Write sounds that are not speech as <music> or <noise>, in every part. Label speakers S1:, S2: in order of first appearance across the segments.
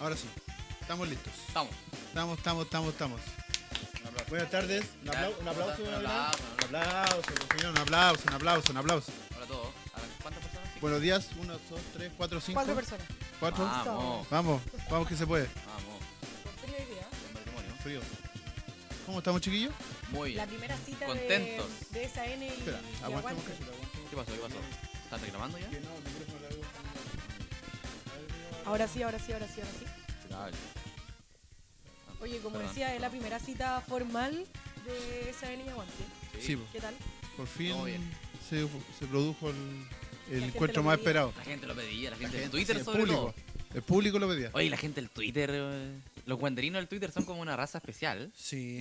S1: ahora sí. Estamos listos.
S2: Estamos.
S1: Estamos, estamos, estamos, estamos.
S2: Un aplauso.
S1: Buenas tardes. Un, aplau- un aplauso,
S2: Un
S1: señora Aguilar.
S2: aplauso,
S1: Un aplauso, señor. Un aplauso, un aplauso, un aplauso.
S2: Para todos. A ver, ¿Cuántas personas? Sí.
S1: Buenos días. Uno, dos, tres, cuatro, cinco.
S3: Cuatro personas.
S1: Cuatro.
S2: Vamos,
S1: Vamos, vamos que se puede.
S2: vamos.
S3: Con frío hoy día.
S2: El matrimonio.
S1: Frío. ¿Cómo estamos, chiquillos?
S2: Muy
S3: La
S2: bien.
S3: primera cita de,
S2: Contentos.
S3: de esa N y,
S1: Espera,
S3: y
S1: aguantemos
S3: aguante.
S1: que
S2: ¿Qué pasó? ¿Qué pasó? ¿Están reclamando ya?
S1: no, el micrófono lo hago.
S3: Ahora sí, ahora sí, ahora sí, ahora sí.
S2: Dale.
S3: Oye, como
S2: Perdón.
S3: decía, es la primera cita formal de esa N y aguante.
S1: Sí, po.
S3: ¿Qué tal?
S1: por fin
S2: Todo bien.
S1: se, se produjo el, el
S3: gente
S1: encuentro
S3: lo
S1: más
S3: pedía.
S1: esperado.
S2: La gente lo pedía, la gente
S1: La
S2: en
S1: gente,
S2: Twitter
S1: sí, el
S2: sobre
S1: público.
S2: todo.
S1: El público lo pedía.
S2: Oye, la gente del Twitter. eh, Los guanderinos del Twitter son como una raza especial.
S1: Sí,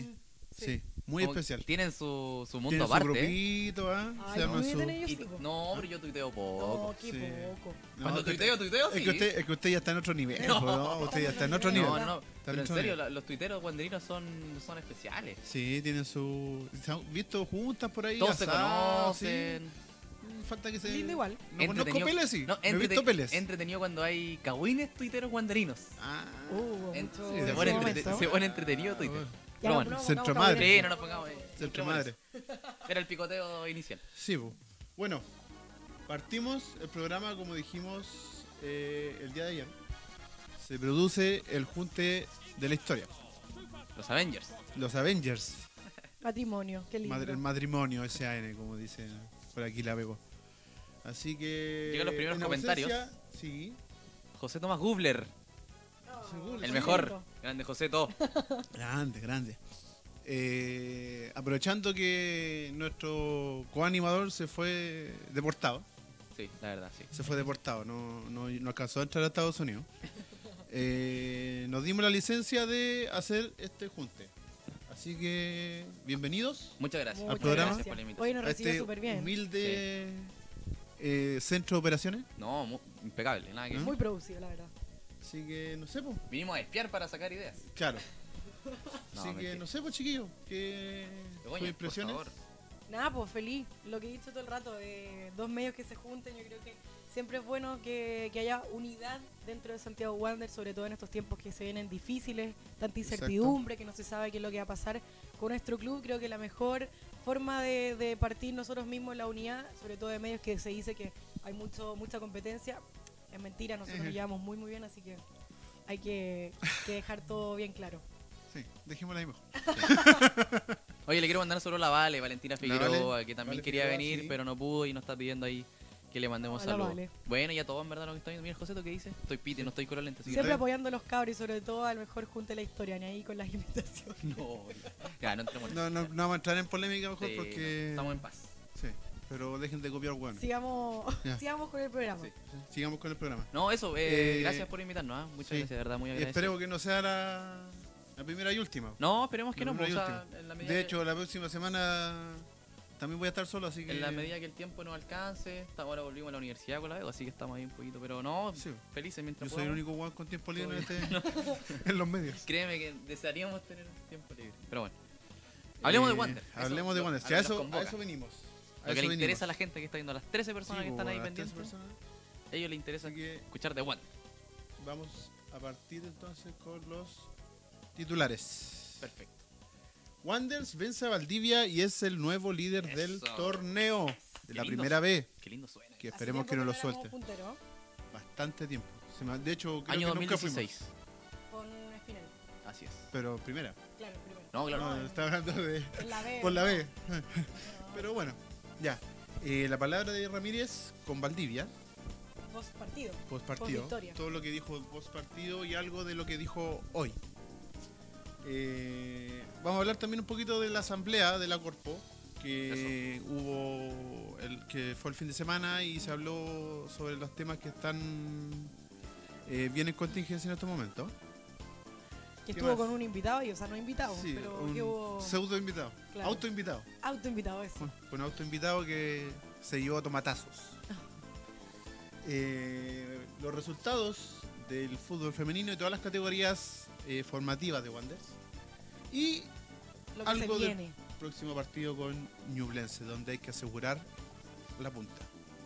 S1: sí,
S3: Sí.
S1: muy
S2: Como que
S1: especial.
S2: Tienen su, su mundo
S1: Tiene su
S2: aparte. ¿eh?
S1: grupito, ¿ah?
S3: Ay,
S1: Se llama
S3: muy
S1: su...
S3: bien ellos,
S2: Y-
S3: sí, po.
S2: no, pero yo tuiteo poco.
S3: No, qué
S1: Sí.
S3: poco.
S1: No,
S2: Cuando
S1: que usted-
S2: tuiteo, tuiteo,
S1: Es que,
S2: sí.
S1: usted, es que usted ya está en otro nivel,
S2: No.
S1: po, no, usted ya está en otro
S3: No,
S1: nivel.
S2: No, no, pero en
S1: mucho
S2: serio,
S1: nivel.
S2: la- los tuiteros guanderinos son, son especiales.
S1: Sí, tienen su... Se han visto juntas por ahí,
S2: Todos se
S1: asado,
S2: conocen.
S1: sí. Falta que se...
S3: Lindo igual.
S1: No conozco peles, sí.
S2: No,
S1: No, he
S2: entrete-
S1: visto peles.
S2: entretenido cuando hay cagüines tuiteros guanderinos.
S1: Ah,
S3: Uh,
S2: En-
S3: mucho
S1: sí,
S2: se,
S1: de
S2: pone
S3: ese
S1: buen
S2: entrete-
S3: momento.
S2: se pone entretenido Twitter.
S1: bueno.
S3: Ya,
S2: Pero
S3: no,
S2: bueno.
S3: no,
S1: Centro
S3: pongamos
S1: Madre.
S3: cabeza.
S2: Sí, no nos pongamos. eh,
S1: Centro
S2: centrémonos.
S1: madre.
S2: Era el picoteo inicial.
S1: Sí, po. bueno, partimos el programa como dijimos eh, el día de ayer. Se produce el junte de la historia,
S2: Los Avengers.
S1: los Avengers,
S3: Matrimonio, qué lindo.
S1: madri- el matrimonio SAN, como dice por aquí la Bebo. Así que.
S2: Llegan los primeros
S1: en ausencia-
S2: comentarios.
S1: Sí,
S2: José Tomás Gubler,
S1: seguro.
S2: el
S1: sí.
S2: mejor. Grande José todo.
S1: Grande, grande. Eh, aprovechando que nuestro coanimador se fue deportado.
S2: Sí, la verdad, sí.
S1: se fue deportado, no, no, no alcanzó a entrar a Estados Unidos. Eh, nos dimos la licencia de hacer este junte. Así que, bienvenidos
S2: Muchas gracias.
S3: Muchas
S1: Al programa.
S2: Gracias por la
S3: Hoy
S2: invitación.
S3: nos
S1: a
S3: recibe
S1: este
S3: súper bien.
S1: humilde eh, centro de operaciones.
S2: No, mu- impecable. Nada que
S1: ¿Mm?
S3: Muy producido, la verdad.
S1: Así que, no sé, pues.
S2: Vinimos a espiar para sacar ideas.
S1: Claro.
S2: <laughs> No,
S1: Así que,
S2: mentira.
S1: no sé, pues, chiquillos. ¿Qué sus
S2: Begoña, por
S1: impresiones?
S2: favor.
S3: Nada, pues feliz. Lo que he dicho todo el rato, de dos medios que se junten, yo creo que siempre es bueno que, que haya unidad dentro de Santiago Wander, sobre todo en estos tiempos que se vienen difíciles, tanta
S1: Exacto.
S3: incertidumbre, que no se sabe qué es lo que va a pasar con nuestro club. Creo que la mejor forma de, de partir nosotros mismos la unidad, sobre todo de medios que se dice que hay mucho mucha competencia, es mentira, nosotros
S1: Ejé.
S3: nos llevamos muy muy bien, así que hay que, que dejar todo bien claro.
S1: Sí, dejémosla ahí mejor.
S2: Oye, le quiero mandar solo la Vale, Valentina Figueroa,
S1: Vale.
S2: que también
S1: Vale
S2: quería
S1: Figueroa,
S2: venir,
S1: sí.
S2: pero no pudo y nos está pidiendo ahí que le mandemos
S3: Hola,
S2: saludos.
S3: Vale.
S2: Bueno, ya todos en verdad lo que están viendo. Mira, José, ¿tú qué dices? Estoy piti, no estoy con los lentes. así que-
S3: Siempre
S1: re-
S3: apoyando a los cabros y sobre todo al mejor junte de la historia, ni ahí con las invitaciones.
S2: <laughs> No, ya, no entremos en
S1: No, no, no vamos a entrar en polémica mejor
S2: Sí, no,
S1: porque.
S2: Estamos en paz.
S1: Sí, pero dejen de copiar, bueno.
S3: Sigamos,
S1: Ya.
S3: <laughs> sigamos con el programa.
S2: Sí.
S1: Sigamos con el programa.
S2: No, eso, eh,
S1: Eh,
S2: gracias por invitarnos. ah, Muchas
S1: sí.
S2: gracias, de verdad, muy agradecido.
S1: Esperemos que no sea la, la primera y última.
S2: No, esperemos que
S1: La
S2: no. pues, o
S1: primera y
S2: sea, en la medida
S1: De
S2: que-
S1: hecho, la próxima semana también voy a estar solo, así que.
S2: en la medida que el tiempo nos alcance, está- ahora volvimos a la universidad con la Edo, así que estamos ahí un poquito, pero no,
S1: Sí.
S2: felices mientras
S1: Yo soy el
S2: podamos.
S1: único weón con tiempo libre en,
S2: Todo <laughs>
S1: este- <laughs> en los medios.
S2: Créeme que desearíamos tener tiempo libre. Pero bueno. Hablemos
S1: Eh,
S2: de Wander. Eso
S1: Hablemos de
S2: lo-
S1: Wander.
S2: a
S1: Sí, a
S2: lo que nos
S1: eso, a
S2: convoca.
S1: eso venimos. A
S2: Lo que
S1: eso
S2: le interesa a la
S1: venimos.
S2: gente que está viendo, las 13 personas
S1: Sí,
S2: que están
S1: po,
S2: ahí
S1: a las tres
S2: pendientes,
S1: personas.
S2: a ellos les interesa
S1: Así que
S2: escuchar de Wander.
S1: vamos a partir entonces con los titulares.
S2: Perfecto.
S1: Wanders vence a Valdivia y es el nuevo líder del
S2: Eso.
S1: torneo de
S2: Qué
S1: la
S2: lindo.
S1: primera B.
S2: Qué lindo suena.
S1: Que
S3: Hace
S1: esperemos
S3: tiempo
S1: que no lo
S3: éramos
S1: suelte.
S3: puntero,
S1: Bastante tiempo. Se me- de hecho, creo
S2: Año
S1: que nunca fuimos.
S2: 2016.
S3: Con Espinel,
S2: Así es.
S1: Pero primera.
S3: claro, primero.
S2: No, claro.
S1: No, está hablando de.
S3: En la B.
S1: Por la B.
S3: Eh, no,
S1: Pero bueno, ya. Eh, la palabra de Ramírez con Valdivia,
S3: Dos partidos.
S1: post partido.
S3: Post-victoria.
S1: Todo lo que dijo post partido y algo de lo que dijo hoy. Eh, vamos a hablar también un poquito de la asamblea de la Corpo que hubo el que fue el fin de semana y se habló sobre los temas que están eh, bien en contingencia en estos momentos.
S3: Que
S1: ¿Qué
S3: estuvo
S1: más?
S3: con un invitado y, o sea, no invitado,
S1: Sí,
S3: pero
S1: un
S3: que hubo
S1: pseudo invitado,
S3: Claro.
S1: auto invitado.
S3: auto invitado eso.
S1: Con un auto invitado que se llevó a tomatazos. Eh, los resultados del fútbol femenino y todas las categorías eh, formativas de Wanderers. Y
S3: Lo que
S1: algo
S3: se
S1: de-
S3: viene.
S1: próximo partido con Ñublense, donde hay que asegurar la punta,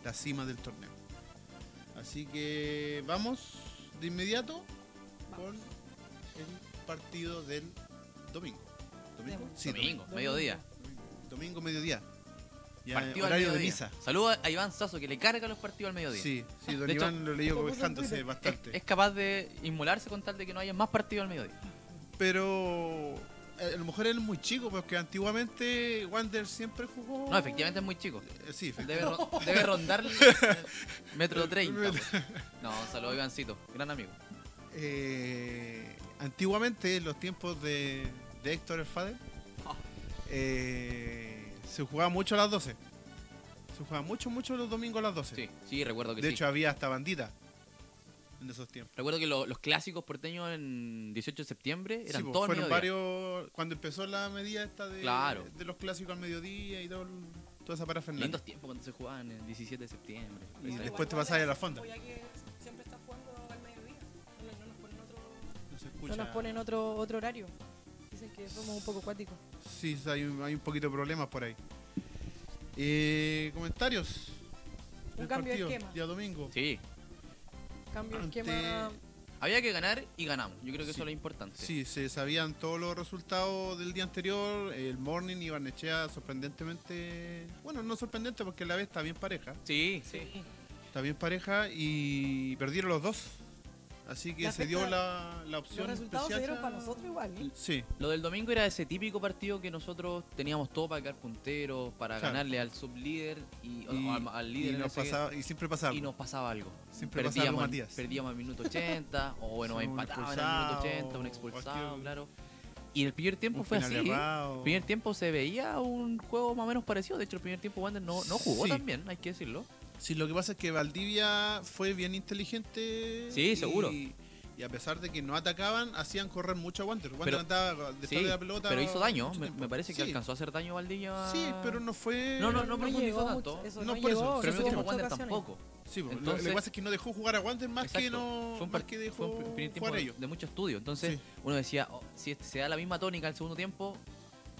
S1: la cima del torneo. Así que vamos de inmediato con el partido del domingo. ¿Domingo?
S3: Del-
S1: Sí, domingo.
S2: Domingo, mediodía.
S1: Domingo, mediodía. Ya,
S2: Partido al
S1: horario
S2: mediodía.
S1: de misa.
S2: Saludos a Iván Sazo que le carga los partidos al mediodía.
S1: Sí, sí, don
S2: De hecho,
S1: Iván lo leí
S3: lo puso en
S1: quejándose
S3: Twitter.
S2: Es,
S1: bastante.
S2: es <laughs> capaz de inmolarse con tal de que no haya más partidos al mediodía.
S1: Pero eh, a lo mejor él es muy chico, porque antiguamente Wander siempre jugó.
S2: No, efectivamente es muy chico.
S1: Eh, Sí,
S2: Debe,
S1: efectivamente.
S2: ro- debe rondar
S1: <laughs>
S2: el- metro 30. pues. No, saludos a Ivancito, gran amigo.
S1: Eh, antiguamente, en los tiempos de, de Héctor el Fader,
S2: Ah.
S1: eh, se jugaba mucho a las 12. Se jugaba mucho, mucho los domingos a las 12.
S2: Sí, sí, recuerdo que
S1: de
S2: sí.
S1: hecho, había hasta bandita en esos tiempos.
S2: Recuerdo que lo- los clásicos porteños en 18 de septiembre
S1: Sí,
S2: eran
S1: pues,
S2: todos al
S1: fueron
S2: mediodía.
S1: varios. Cuando empezó la medida esta de,
S2: Claro.
S1: de los clásicos al mediodía y todo, el- toda esa parafernalia.
S2: Lindos tiempos cuando se jugaban el 17 de septiembre.
S1: Y
S2: Sí.
S1: después te pasas a la fonda.
S3: Ya que siempre estás jugando al mediodía. No, no nos ponen otro,
S1: No se
S3: no
S1: escucha.
S3: nos ponen otro, otro horario. Dicen que somos un poco cuáticos.
S1: Sí, hay un, hay un poquito de problemas por ahí. Eh, comentarios.
S3: Un
S1: del
S3: cambio de
S1: partido,
S3: esquema.
S1: Día domingo.
S2: Sí,
S3: Cambio de
S1: Ante-
S3: esquema.
S2: había que ganar y ganamos. Yo creo que
S1: Sí.
S2: eso es lo importante.
S1: Sí, se sabían todos los resultados del día anterior. El morning y Barnechea sorprendentemente. Bueno, no sorprendente porque la vez está bien pareja.
S2: Sí, sí.
S3: Sí.
S1: Está bien pareja y perdieron los dos. Así que
S3: La
S1: se
S3: fecha-
S1: dio la, la opción.
S3: Los resultados se
S1: preciacha.
S3: dieron para nosotros igual. ¿eh?
S1: Sí,
S2: Lo del domingo era ese típico partido que nosotros teníamos todo para quedar punteros, para
S1: Claro.
S2: ganarle al sublíder y, o al, al líder.
S1: y,
S2: en
S1: nos
S2: ese-
S1: pasaba, y siempre pasaba.
S2: y
S1: algo.
S2: nos pasaba algo.
S1: Siempre pasaba algo, Matías.
S2: perdíamos al minuto 80, o bueno,
S1: Sí, un
S2: empataban al
S1: expulsado,
S2: minuto 80, un
S1: o
S2: expulsado,
S1: cualquier-
S2: claro. Y en el primer tiempo
S1: Un
S2: fue
S1: penal
S2: así.
S1: errado.
S2: El primer tiempo se veía un juego más o menos parecido. De hecho, el primer tiempo Wander no, no jugó
S1: Sí.
S2: tan bien, hay que decirlo.
S1: Sí, lo que pasa es que Valdivia fue bien inteligente.
S2: Sí,
S1: y-
S2: seguro.
S1: Y a pesar de que no atacaban, hacían correr mucho a Wander. Wander
S2: Pero-
S1: andaba detrás
S2: Sí,
S1: de la pelota.
S2: pero hizo daño.
S1: mucho
S2: Me,
S1: tiempo.
S2: me parece que
S1: Sí,
S2: alcanzó a hacer daño Valdivia.
S1: Sí, pero no fue.
S2: No, no, no. profundizó
S3: llegó
S2: tanto.
S3: mucho- Eso,
S1: No,
S3: no,
S1: por eso,
S3: llegó,
S2: Pero
S1: no tuvo
S2: el segundo
S1: mucho
S2: tiempo Wander
S3: ocasiones.
S2: tampoco.
S1: Sí, pues, lo- lo,
S2: Entonces-
S1: que pasa es que no dejó jugar a Wander más que
S2: Exacto.
S1: no.
S2: Fue un,
S1: más
S2: par-
S1: que dejó
S2: fue un pr- primer tiempo
S1: jugar a
S2: de,
S1: ellos.
S2: de mucho estudio. Entonces,
S1: Sí.
S2: uno decía, oh, si este- se da la misma tónica el segundo tiempo,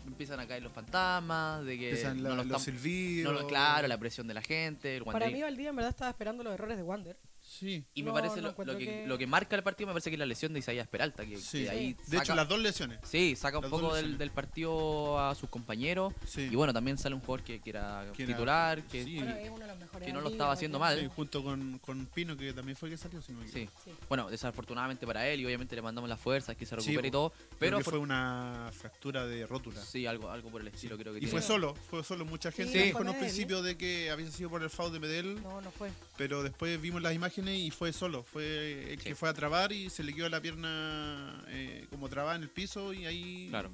S2: empiezan a caer los fantasmas, de que
S1: Empiezan la-
S2: no
S1: los
S2: lo están- no
S1: silbidos.
S2: lo- claro, la presión de la gente, el
S3: Para
S2: guantelín.
S3: mí, Valdivia en verdad estaba esperando los errores de Wander.
S1: Sí.
S2: Y me
S3: No,
S2: parece
S3: no
S2: lo- lo,
S3: encuentro
S2: que,
S3: que-
S2: lo que marca el partido, me parece que es la lesión de Isaías Peralta, que,
S1: Sí.
S2: que ahí
S1: De hecho,
S2: saca-
S1: las dos lesiones.
S2: sí, saca un
S1: las dos
S2: poco del,
S1: lesiones.
S2: del partido a sus compañeros.
S1: Sí.
S2: Y bueno, también sale un jugador que, que era
S1: Que era-
S2: titular, que
S1: sí.
S3: Bueno, eh. es uno de los mejores.
S2: que no lo
S3: amigos,
S2: estaba haciendo
S3: que-
S2: mal.
S1: Sí, junto con, con Pino, que también fue que salió, si no me
S2: sí.
S1: equivoco.
S3: Sí.
S2: Bueno, desafortunadamente para él, y obviamente le mandamos las fuerzas, que se recupere
S1: po.
S2: y todo,
S1: Pero
S2: pero
S1: fue una fractura de rótula.
S2: sí, algo, algo por el estilo creo que
S1: Y
S2: tiene.
S1: fue solo, fue solo. Mucha gente
S3: Sí.
S1: dijo en un
S3: Fue Medel,
S1: principio de que había sido por el foul de Medel,
S3: No, no fue.
S2: Ah,
S1: pero después vimos las imágenes y fue solo. Fue el
S2: Sí.
S1: que fue a trabar y se le quedó la pierna eh, como trabada en el piso y ahí
S2: Claro.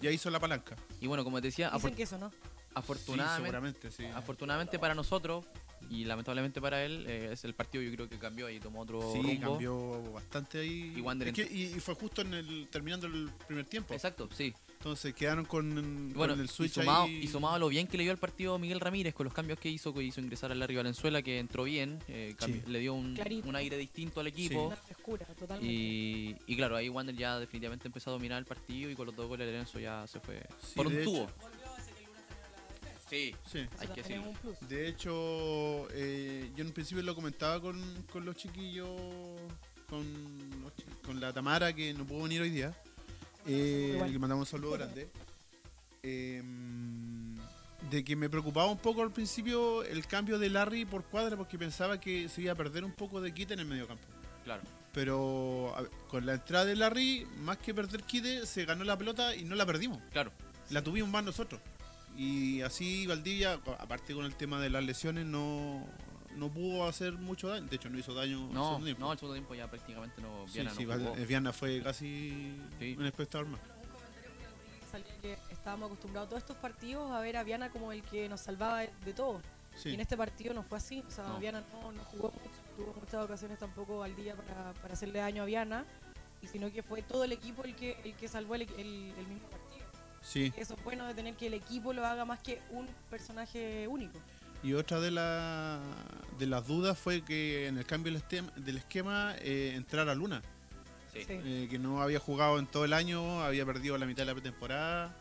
S1: ya hizo la palanca.
S2: Y bueno, como te decía,
S3: Dicen
S2: afor-
S3: que eso no.
S1: Sí,
S2: afortunadamente, ah,
S1: seguramente, sí.
S2: afortunadamente para nosotros y lamentablemente para él, eh, es el partido yo creo que cambió y tomó otro
S1: Sí,
S2: rumbo.
S1: cambió bastante ahí.
S2: Y Wander
S1: Es que- y, y fue justo en el terminando el primer tiempo.
S2: Exacto, sí.
S1: Entonces quedaron con, con
S2: Y Bueno,
S1: el switch
S2: y, sumado,
S1: ahí.
S2: y sumado a lo bien que le dio al partido Miguel Ramírez con los cambios que hizo, que hizo ingresar a Larry Valenzuela, que entró bien, eh, cambi-
S1: Sí.
S2: le dio un,
S3: Clarito.
S2: un aire distinto al
S1: Sí.
S2: equipo.
S3: Una frescura, totalmente.
S2: Oh. Y, y claro, ahí Wander ya definitivamente empezó a dominar el partido y con los dos goles de Lorenzo ya se fue
S1: Sí,
S2: por un
S1: de
S2: tubo.
S1: hecho.
S2: Sí,
S1: Sí.
S3: Eso
S2: hay que
S3: también es
S2: decirlo.
S3: un plus.
S1: De hecho, eh, yo en principio lo comentaba con, con los chiquillos, con, los chi- con la Tamara que no pudo venir hoy día. Eh,
S3: Igual.
S1: le mandamos un saludo grande. Eh, de que me preocupaba un poco al principio el cambio de Larry por cuadra porque pensaba que se iba a perder un poco de quite en el mediocampo.
S2: Claro.
S1: Pero a ver, con la entrada de Larry, más que perder quite, se ganó la pelota y no la perdimos
S2: Claro.
S1: la tuvimos más nosotros. Y así Valdivia, co- aparte con el tema de las lesiones, no, no pudo hacer mucho daño. De hecho, no hizo daño. en
S2: No,
S1: segundo tiempo.
S2: no, el segundo tiempo ya prácticamente no
S1: Sí,
S2: Viana
S1: sí,
S2: no
S1: Val-
S2: jugó.
S1: eh, Viana fue casi
S2: Sí.
S1: un espectador más.
S3: Salía que estábamos acostumbrados todos estos partidos a ver a Viana como el que nos salvaba de todo. Y
S1: Sí.
S3: en este partido no fue así. O sea,
S2: No.
S3: Viana no, no jugó mucho, tuvo muchas ocasiones tampoco al día para, para hacerle daño a Viana, y sino que fue todo el equipo el que, el que salvó el, el- el mismo partido.
S1: Sí.
S3: Eso es bueno de tener que el equipo lo haga más que un personaje único.
S1: Y otra de, la, de las dudas fue que en el cambio del estem- del esquema eh, entrara Luna,
S2: Sí.
S3: Sí.
S1: eh, que no había jugado en todo el año, había perdido la mitad de la pretemporada.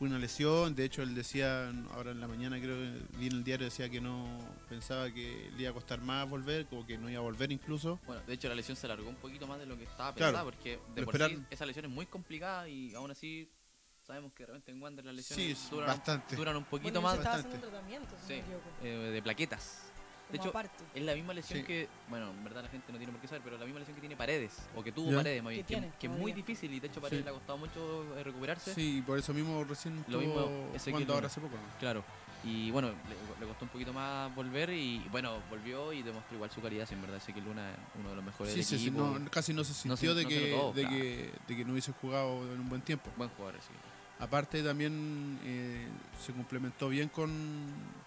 S1: una lesión. De hecho, él decía, ahora en la mañana creo que vi en el diario, decía que no pensaba que le iba a costar más volver, como que no iba a volver incluso.
S2: Bueno, de hecho la lesión se alargó un poquito más de lo que estaba
S1: Claro,
S2: pensada, porque de
S1: lo
S2: por sí
S1: esperaron.
S2: esa lesión es muy complicada y aún así sabemos que de repente en Wander las
S1: Sí,
S2: lesiones
S1: es
S2: duran,
S1: bastante.
S2: duran un
S3: Bueno,
S2: poquito
S3: él se
S2: más
S1: bastante.
S3: estaba haciendo un tratamiento, si
S2: Sí.
S3: no me equivoco.
S2: eh, de plaquetas.
S3: Como
S2: De hecho,
S3: aparte.
S2: es la misma lesión
S1: Sí.
S2: que, bueno, en verdad la gente no tiene por qué saber, pero la misma lesión que tiene Paredes, o que tuvo
S1: Ya.
S2: Paredes, más
S3: Que
S2: bien,
S3: tiene,
S2: que, que es muy
S3: todavía.
S2: difícil y de hecho Paredes
S1: Sí.
S2: le ha costado mucho eh, recuperarse.
S1: Sí, y por eso mismo recién
S2: Lo mismo
S1: estuvo
S2: Ezequiel
S1: jugando
S2: Luna.
S1: ahora hace poco. ¿no?
S2: Claro. Y bueno, le, le costó un poquito más volver y bueno, volvió y demostró igual su calidad, sí, en verdad, sé que Luna es uno de los mejores
S1: Sí,
S2: del
S1: sí, sí,
S2: equipo.
S1: no, casi no se
S2: No se-
S1: sintió de,
S2: no se
S1: que,
S2: notó,
S1: de,
S2: claro.
S1: que, de que no hubiese jugado en un buen tiempo.
S2: Buen jugador, sí.
S1: Aparte también eh, se complementó bien con,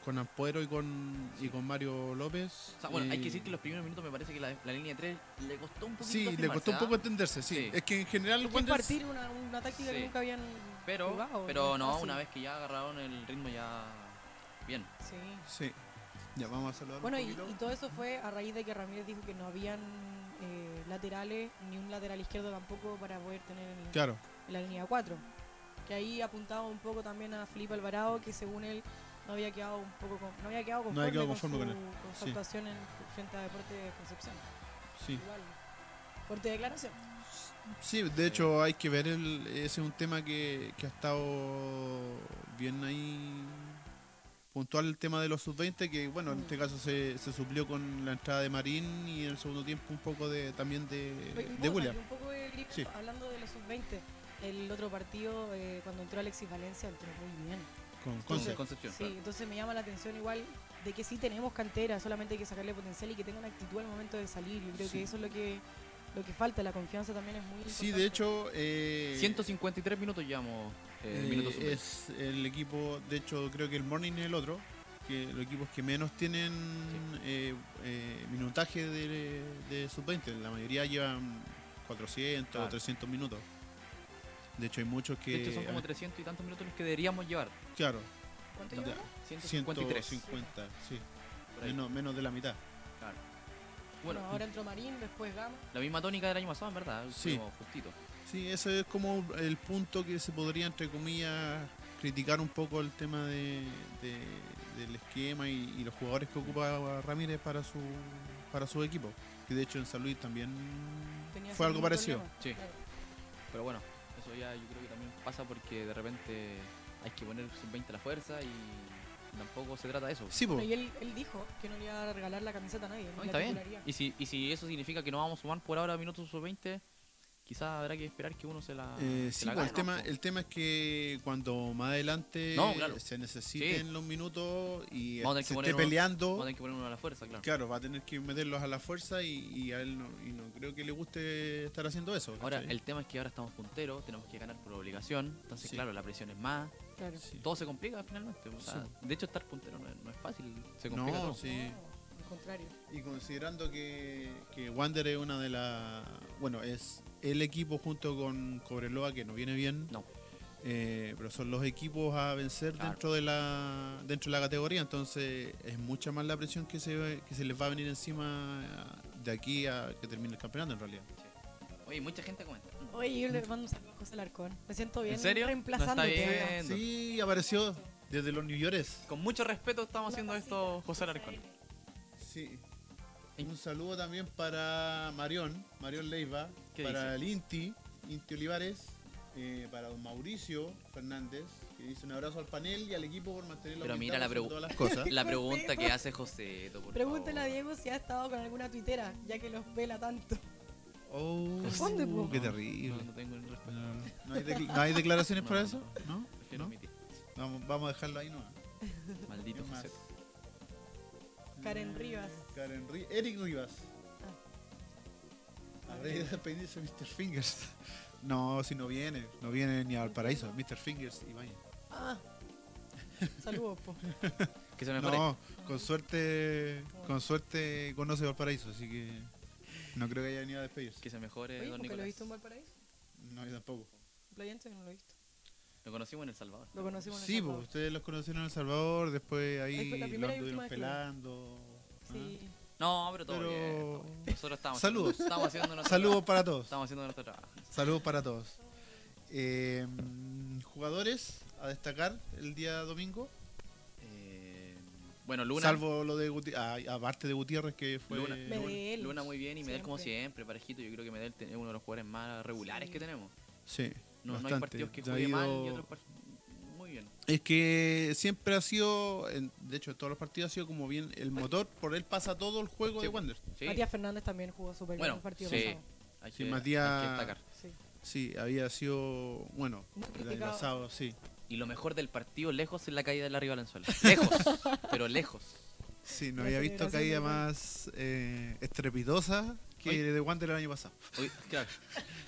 S1: con Ampuero y con, y con Mario López.
S2: O sea, bueno, hay que
S1: Eh,
S2: decir que los primeros minutos me parece que la, la línea 3 le costó un poquito.
S1: Sí, le costó un poco
S2: afirmarse,
S1: entenderse, sí.
S2: Sí.
S1: Es que en general
S3: Es que es
S1: Wander-
S3: partir una, una táctica que
S2: Sí.
S3: nunca habían
S2: ¿ah? Pero,
S3: jugado, Ah,
S2: pero
S3: es
S2: no,
S3: fácil.
S2: una vez que ya agarraron el ritmo ya bien.
S3: Sí.
S1: Sí. Ya vamos a saludar. un
S3: Bueno, y,
S1: poquito.
S3: y todo eso fue a raíz de que Ramírez dijo que no habían eh, laterales, ni un lateral izquierdo tampoco para poder tener en,
S1: Claro,
S3: en la línea 4. Que ahí apuntaba un poco también a Felipe Alvarado, que según él no había quedado un poco con- no había quedado
S1: No
S3: conforme,
S1: había quedado
S3: con,
S1: conforme
S3: su, con su
S1: sí.
S3: actuación en, frente a Deporte de Concepción.
S1: sí.
S3: Igual, fuerte declaración.
S1: Sí, de hecho hay que ver, el, ese es un tema que, que ha estado bien ahí puntual el tema de los sub-20, que bueno, en
S3: Mm.
S1: este caso se, se suplió con la entrada de Marín y en el segundo tiempo un poco de también de,
S3: Oye, un
S1: de
S3: poco,
S1: William.
S3: un poco de grip,
S1: Sí.
S3: hablando de los sub-20, el otro partido, eh, cuando entró Alexis Valencia, entró muy bien.
S1: Con
S2: Entonces,
S1: Conce.
S2: Concepción.
S3: Sí, entonces me llama la atención igual de que sí tenemos cantera, solamente hay que sacarle potencial y que tenga una actitud al momento de salir. Yo creo
S1: Sí.
S3: que eso es lo que lo que falta, la confianza también es muy importante.
S1: Sí, de hecho... eh,
S2: claro. 153 minutos llevamos. Eh,
S1: Eh,
S2: minutos sub-veinte.
S1: es el equipo, de hecho creo que el Morning es el otro, que los equipos que menos tienen eh, eh, minutaje de, de sub-20, la mayoría llevan 400
S2: Claro.
S1: o 300 minutos. De hecho hay muchos que...
S2: De hecho, son como
S1: han-
S2: 300 y tantos minutos los que deberíamos llevar.
S1: Claro,
S3: ¿Cuánto
S1: ya,
S3: lleva?
S2: 153.
S1: 153. sí,
S2: por ahí,
S1: menos, menos de la mitad.
S2: claro.
S3: Bueno,
S2: Bueno,
S3: ahora entró Marín, después Gama.
S2: la misma tónica del año pasado, en verdad.
S1: Sí.
S2: fuimos justito.
S1: Sí, ese es como el punto que se podría, entre comillas, criticar un poco el tema de, de- del esquema y, y los jugadores que ocupa Ramírez para su, para su equipo. Que de hecho en San Luis también
S3: Tenía
S1: fue
S3: ese
S1: algo
S3: mismo
S1: parecido.
S3: problema.
S2: Sí.
S3: Claro.
S2: Pero bueno, eso ya yo creo que también pasa porque de repente hay que poner sub-20 a la fuerza y tampoco se trata de eso.
S1: Sí, po.
S3: Bueno, y él, él dijo que no le iba a regalar la camiseta a nadie.
S2: No,
S3: la
S2: está bien.
S3: titularidad.
S2: Y si, y si eso significa que no vamos a sumar por ahora minutos sub-20, quizás habrá que esperar que uno se la.
S1: Eh,
S2: Ah, se
S1: sí,
S2: la
S1: po,
S2: gane,
S1: el, tema,
S2: ¿no?
S1: el tema es que cuando más adelante
S2: No, claro.
S1: se necesiten los minutos y
S2: Vamos a tener que
S1: se esté
S2: poner uno-
S1: peleando,
S2: Vamos a tener que poner uno a la fuerza, claro.
S1: claro, va a tener que meterlos a la fuerza y, y a él no, y no creo que le guste estar haciendo eso.
S2: Ahora,
S1: ¿cachai?
S2: el tema es que ahora estamos punteros, tenemos que ganar por obligación. Entonces,
S1: Sí.
S2: claro, la presión es más.
S3: Claro.
S1: Sí.
S2: Todo se complica finalmente. o sea, De hecho, estar puntero no es, no es fácil. Se
S1: No,
S2: complica todo.
S1: sí.
S3: No, al contrario.
S1: Y considerando que, que Wander es una de las. Bueno, es el equipo junto con Cobreloa que no viene bien.
S2: No.
S1: Eh, pero son los equipos a vencer
S2: Claro.
S1: dentro de la dentro de la categoría. Entonces es mucha más la presión que se, que se les va a venir encima de aquí a que termine el campeonato en realidad.
S2: Oye, mucha gente comenta.
S3: Oye, yo le mando un saludo a José Larcón. Me siento bien
S2: ¿En serio?
S3: reemplazándote.
S2: No está
S3: ¿no?
S2: bien. Entiendo.
S1: Sí, apareció desde los New Yorkers.
S2: Con mucho respeto estamos
S3: Una
S2: haciendo
S3: pasita,
S2: esto, José
S3: José <laughs>
S2: Alarcón.
S3: L.
S1: Sí.
S2: Ey.
S1: Un saludo también para Marión, Marión Leiva,
S2: ¿Qué
S1: para el Inti, Inti Olivares, eh, para don Mauricio Fernández, que dice un abrazo al panel y al equipo por mantener la
S2: Pero
S1: humildad
S2: mira la
S1: sobre
S2: pregu-
S1: todas las cosas.
S2: La
S3: José.
S2: pregunta que hace José, por
S3: Pregúntale a
S2: favor.
S3: Diego si ha estado con alguna tuitera, ya que los pela tanto.
S2: <laughs>
S1: oh,
S3: Responde, po.
S1: qué
S2: No,
S1: terrible.
S2: No, no tengo el respeto.
S1: Bueno, ¿No hay, decla- no hay declaraciones
S2: No,
S1: para
S2: no.
S1: eso? ¿No?
S2: Prefiero
S1: ¿No?
S2: omitir.
S1: Vamos, vamos a dejarlo ahí nomás.
S2: Maldito
S1: ¿Quién más?
S2: José.
S3: Karen Rivas.
S1: Mm, Karen Ri- Eric Rivas.
S3: Ah.
S1: A <laughs> ver, dependiente de Mr. Fingers. No, si no viene, no viene ni al paraíso. Mr. Fingers y vaya.
S3: Ah. <laughs> Saludos, po.
S2: Que se mejore.
S1: No, con suerte, con suerte conoce Valparaíso, así que no creo que haya venido a despedirse.
S2: Que se mejore,
S3: Oye,
S2: Eh, don
S3: porque lo
S2: Nicolás.
S3: he visto en Valparaíso.
S1: No, yo tampoco.
S3: En Playa Ancha yo no lo he visto.
S2: Lo conocimos en El Salvador.
S3: Lo conocimos en
S1: Sí,
S3: el
S1: pues
S3: Salvador.
S1: ustedes los conocieron en El Salvador, después
S3: Ahí
S1: ahí,
S3: fue la
S1: lo
S3: primera y
S1: anduvieron
S3: última vez que
S1: pelando. ¿ah?
S2: Ah.
S3: Sí.
S2: No, pero todo
S1: Pero-
S2: bien, todo bien. Nosotros estábamos
S1: Saludos.
S2: haciendo- estábamos haciendo
S1: ¿ah?
S2: nuestro
S1: Saludos
S2: trabajo.
S1: para todos.
S2: Estábamos haciendo nuestro trabajo.
S1: Saludos para todos. Eh, jugadores, a destacar el día domingo?
S2: Eh, bueno, Luna.
S1: Salvo lo de Gutiérrez, aparte de Gutiérrez que fue...
S2: Luna,
S3: Me
S2: Luna-
S3: de él.
S2: Luna muy bien y Medel como
S3: Siempre.
S2: siempre, parejito. Yo creo que Medel te- es uno de los jugadores más regulares
S3: Sí.
S2: que tenemos.
S1: Sí,
S2: No, no hay
S1: bastante.
S2: partidos que
S1: Ya ha
S2: juegue mal y
S1: ido-
S2: otros partidos. Muy bien.
S1: Es que siempre ha sido, en- de hecho, en todos los partidos ha sido como bien el motor, por él pasa todo el juego
S2: Sí.
S1: de Wander.
S2: Sí,
S3: Matías Fernández también jugó súper bien
S2: Bueno,
S3: el partido
S2: sí.
S3: pasado.
S2: hay
S1: Sí,
S2: que-
S1: Matías-
S2: hay que destacar.
S3: Sí.
S1: Sí, había sido, bueno,
S3: Muy
S1: el año
S3: criticado.
S1: pasado, sí.
S2: Y lo mejor del partido, lejos, es la caída de la Valenzuela. Lejos, pero lejos.
S1: Sí, no
S3: La
S1: había visto
S3: celebración
S1: caída
S3: del gol.
S1: más eh, estrepitosa que
S2: Oye.
S1: de Wander el año pasado. <laughs>
S2: Uy, claro,